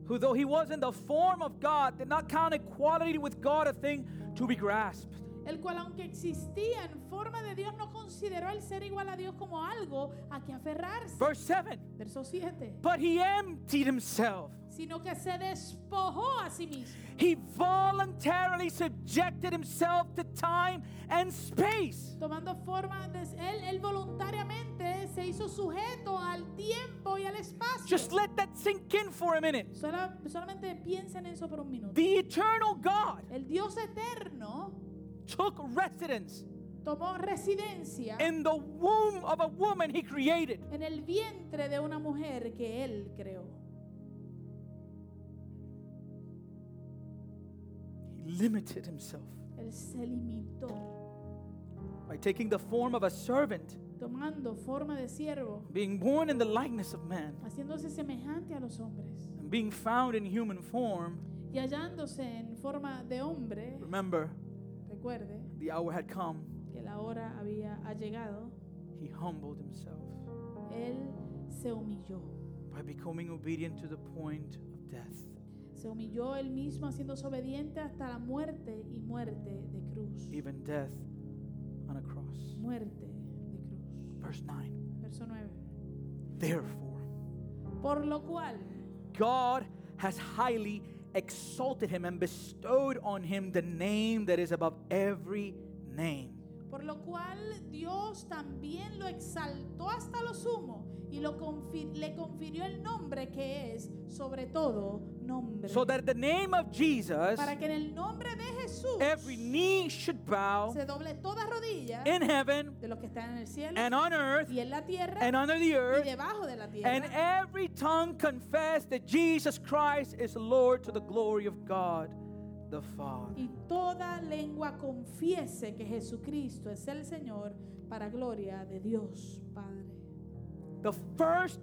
S1: who, though he was in the form of God, did not count equality with God a thing to be grasped,
S2: el cual aunque existía en forma de Dios, no consideró el ser igual a Dios como algo a que aferrarse.
S1: verse 7.
S2: Verso 7.
S1: But he emptied himself.
S2: Sino que se despojó a sí mismo.
S1: He voluntarily subjected himself to time and space.
S2: tomando forma de él, él voluntariamente se hizo sujeto al tiempo y al espacio.
S1: Just let that sink in for a minute.
S2: Sola- solamente piensen en eso por un minuto.
S1: The eternal God
S2: El Dios eterno
S1: took residence
S2: tomó residencia
S1: in the womb of a woman he created.
S2: en el vientre de una mujer que él creó.
S1: He limited himself.
S2: Él se limitó.
S1: by taking the form of a servant,
S2: tomando forma de siervo,
S1: being born in the likeness of man,
S2: haciéndose semejante a los hombres
S1: and being found in human form.
S2: y hallándose en forma de hombre,
S1: Remember,
S2: recuerde
S1: the hour had come.
S2: que la hora había ha llegado,
S1: He humbled himself.
S2: él se humilló.
S1: by becoming obedient to the point of death.
S2: Se humilló él mismo haciéndose obediente hasta la muerte y muerte de cruz.
S1: even death on a cross.
S2: Muerte de cruz.
S1: Verse 9.
S2: Verso 9.
S1: Therefore,
S2: Por lo cual
S1: God has highly exalted him and bestowed on him the name that is above every name.
S2: Por lo cual Dios también lo exaltó hasta lo sumo y lo confi- le confirió el nombre que es sobre todo nombre.
S1: So that the name of Jesus,
S2: para que en el nombre de Jesús
S1: every knee should bow
S2: se doble toda rodilla
S1: in heaven
S2: de los que están en el cielo
S1: and on earth
S2: y en la tierra
S1: and under the
S2: y
S1: earth,
S2: debajo de la tierra.
S1: and every tongue confess that Jesus Christ is Lord to the glory of God the Father.
S2: y toda lengua confiese que Jesucristo es el Señor para gloria de Dios Padre.
S1: The first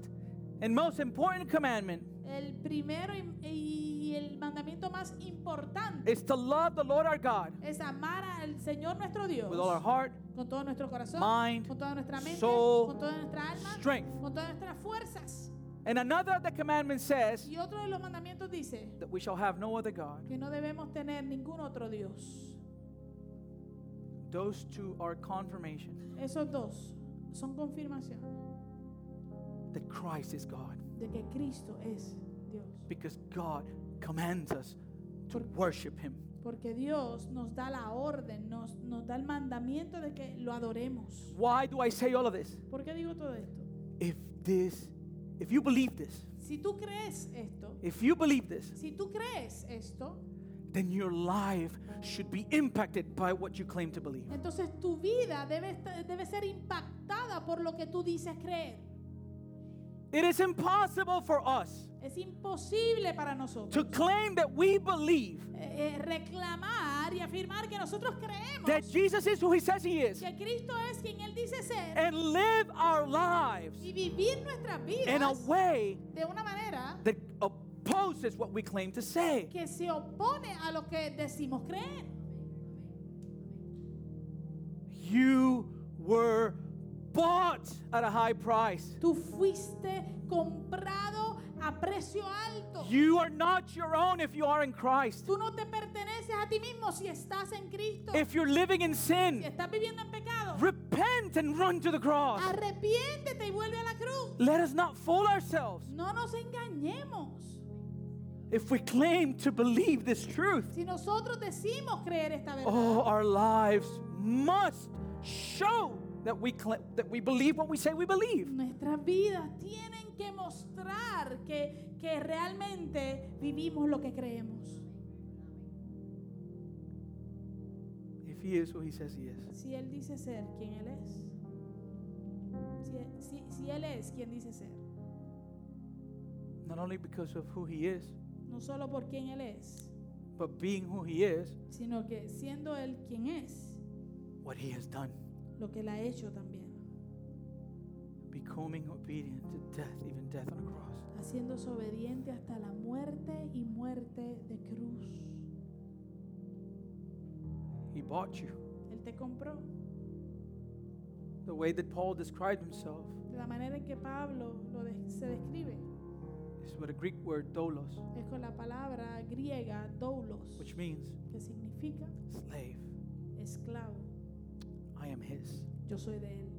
S1: and most important commandment
S2: El primero y, y el mandamiento más importante
S1: is to love the Lord our God
S2: es amar al Señor nuestro Dios
S1: with all our heart,
S2: con todo nuestro corazón,
S1: mind,
S2: con toda nuestra mente,
S1: soul,
S2: con toda nuestra alma,
S1: strength.
S2: con todas nuestras fuerzas.
S1: And another of the commandments says
S2: Y otro de los mandamientos dice
S1: that we shall have no other God.
S2: que no debemos tener ningún otro Dios.
S1: Those two are confirmation
S2: Esos dos son confirmación
S1: that Christ is God
S2: de que Cristo es Dios.
S1: because God commands us to worship Him.
S2: Porque Dios nos da la orden, nos, nos da el mandamiento de que lo adoremos.
S1: Why do I say all of this?
S2: ¿Por qué digo todo esto?
S1: If this, if you believe this,
S2: Si tú crees esto,
S1: if you believe this,
S2: si tú crees esto,
S1: then your life should be impacted by what you claim to believe.
S2: entonces tu vida debe, esta- debe ser impactada por lo que tú dices creer.
S1: It is impossible for us
S2: Es imposible para
S1: to
S2: nosotros
S1: claim that we believe
S2: eh, eh, reclamar y afirmar que nosotros
S1: that
S2: creemos
S1: Jesus is who he says he is
S2: que Cristo es quien Él dice ser
S1: and live our lives
S2: y vivir nuestras
S1: in a
S2: vidas
S1: way
S2: de una manera
S1: that opposes what we claim to say.
S2: que se opone a lo que decimos creer.
S1: You were bought at a high price.
S2: Tú fuiste comprado a precio alto.
S1: You are not your own if you are in Christ.
S2: Tú no te perteneces a ti mismo si estás en Cristo.
S1: If you're living in
S2: si
S1: sin,
S2: estás viviendo en pecado,
S1: repent and run to the cross.
S2: arrepiéntete y vuelve a la cruz.
S1: Let us not fool ourselves.
S2: No nos engañemos.
S1: If we claim to believe this truth,
S2: Si nosotros decimos creer esta verdad,
S1: oh, our lives must show that we cla that we believe what we say we believe.
S2: nuestras vidas tienen que mostrar que, que realmente vivimos lo que creemos.
S1: If he is who he says he is.
S2: Si Él dice ser quien Él es. Si- si- si Él es quien dice ser.
S1: Not only because of who he is,
S2: No solo por quien Él es,
S1: but being who he is,
S2: sino que siendo Él quien es,
S1: what he has done.
S2: lo que Él ha hecho también,
S1: Becoming obedient to death, even death on a cross.
S2: haciéndose obediente hasta la muerte y muerte de cruz.
S1: He bought you.
S2: Él te compró.
S1: The way that Paul described himself
S2: De la manera en que Pablo lo de- se describe
S1: is with a Greek word doulos,
S2: es con la palabra griega doulos,
S1: which means
S2: que significa
S1: slave.
S2: esclavo.
S1: I am his.
S2: Yo soy de Él.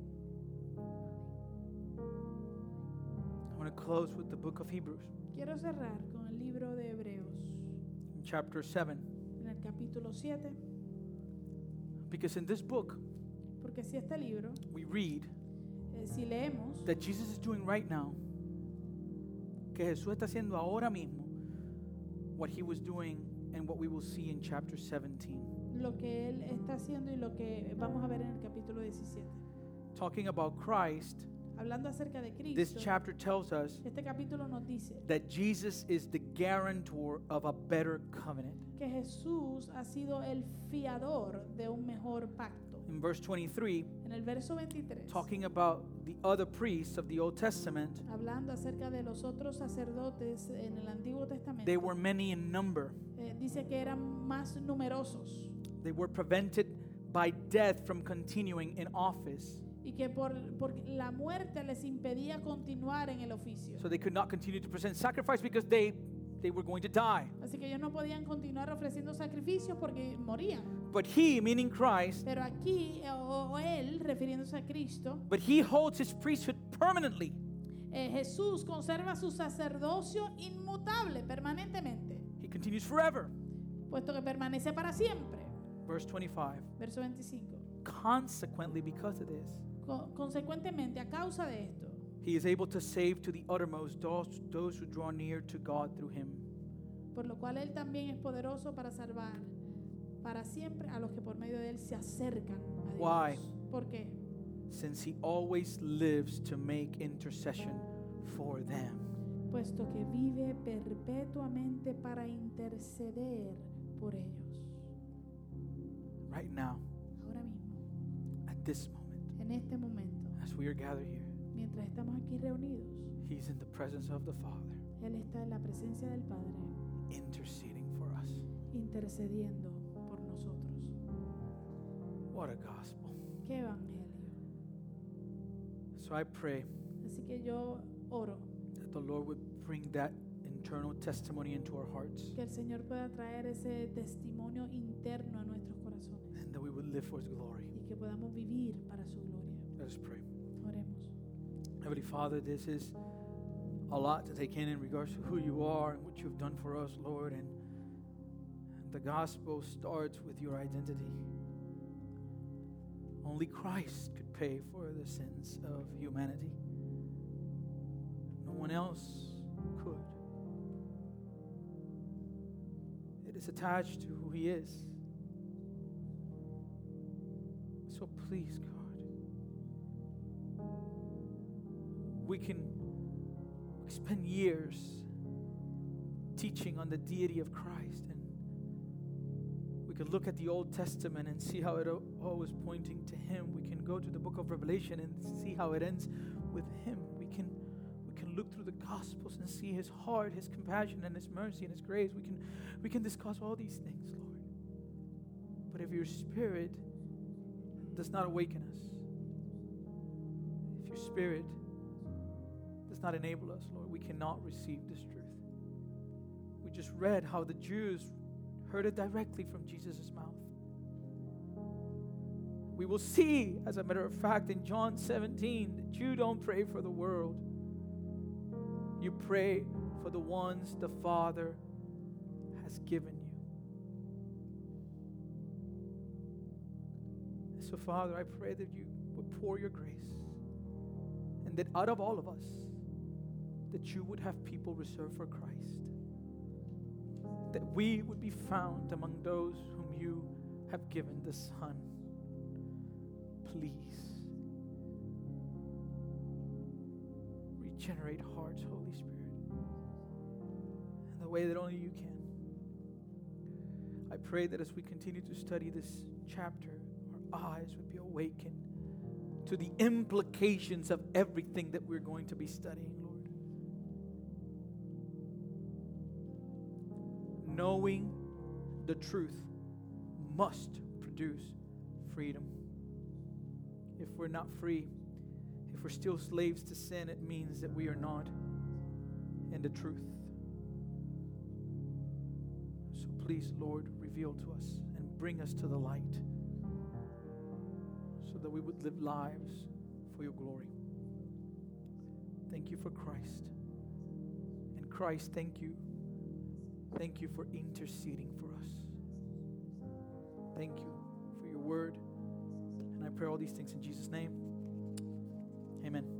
S1: I want to close with the book of Hebrews,
S2: Quiero cerrar con el libro de Hebreos,
S1: in chapter 7,
S2: en el capítulo 7,
S1: because in this book
S2: porque si este libro,
S1: we read
S2: eh, si leemos
S1: that Jesus is doing right now, que Jesús está haciendo ahora mismo what he was doing and what we will see in chapter 17.
S2: lo que Él está haciendo y lo que vamos a ver en el capítulo 17.
S1: talking about Christ,
S2: Hablando acerca de
S1: this
S2: Cristo,
S1: chapter tells us
S2: este capítulo nos dice
S1: that Jesus is the guarantor of a better covenant.
S2: que Jesús ha sido el fiador de un mejor pacto.
S1: in verse 23,
S2: En el verso 23,
S1: talking about the other priests of the Old Testament,
S2: hablando acerca de los otros sacerdotes en el Antiguo Testamento,
S1: they were many in number.
S2: eh, dice que eran más numerosos
S1: They were prevented by death from continuing in office.
S2: y que por, por la muerte les impedía continuar en el oficio.
S1: So they could not continue to present sacrifice because they, they were going to die.
S2: Así que ellos no podían continuar ofreciendo sacrificios porque morían.
S1: But he, meaning Christ,
S2: Pero aquí, eh, o, o él, refiriéndose a Cristo,
S1: but he holds his priesthood permanently.
S2: eh, Jesús conserva su sacerdocio inmutable permanentemente,
S1: He continues forever.
S2: puesto que permanece para siempre.
S1: Verse 25.
S2: Verso 25.
S1: Consequently, because of this,
S2: Co- consecuentemente, a causa de esto,
S1: he is able to save to the uttermost those, those who draw near to God through him.
S2: por lo cual él también es poderoso para salvar para siempre a los que por medio de él se acercan a Dios.
S1: Why?
S2: ¿Por qué?
S1: since he always lives to make intercession for them.
S2: Puesto que vive perpetuamente para interceder por ellos.
S1: Right now,
S2: Ahora mismo,
S1: at this moment,
S2: en este momento,
S1: as we are gathered here,
S2: mientras estamos aquí reunidos,
S1: he's in the presence of the Father,
S2: él está en la presencia del Padre
S1: interceding for us.
S2: intercediendo por nosotros.
S1: What a gospel.
S2: Qué evangelio.
S1: So I pray
S2: Así que yo oro
S1: that the Lord would bring that internal testimony into our hearts
S2: que el Señor pueda traer ese testimonio interno a nuestros corazones
S1: and that we would live for his glory.
S2: y que podamos vivir para su gloria.
S1: Let us pray.
S2: Oremos.
S1: Heavenly Father, this is a lot to take in in regards to who you are and what you've done for us, Lord. And the gospel starts with your identity. Only Christ could pay for the sins of humanity, no one else could. It is attached to who He is. So please, God, we can spend years teaching on the deity of Christ and we could look at the Old Testament and see how it al- always pointing to him. We can go to the book of Revelation and see how it ends with him. We can we can look through the gospels and see his heart, his compassion and his mercy and his grace. We can we can discuss all these things, Lord. But if your spirit does not awaken us, if your spirit does not enable us, Lord. We cannot receive this truth. We just read how the Jews heard it directly from Jesus' mouth. We will see, as a matter of fact, in John 17, that you don't pray for the world. You pray for the ones the Father has given you. So, Father, I pray that you would pour your grace and that out of all of us, that you would have people reserved for Christ, that we would be found among those whom you have given the Son. Please regenerate hearts, Holy Spirit, in the way that only you can. I pray that as we continue to study this chapter, our eyes would be awakened to the implications of everything that we're going to be studying, Lord. Knowing the truth must produce freedom. If we're not free, if we're still slaves to sin, it means that we are not in the truth. So please, Lord, reveal to us and bring us to the light so that we would live lives for your glory. Thank you for Christ. And Christ, thank you. Thank you for interceding for us. Thank you for your word. And I pray all these things in Jesus' name. Amen.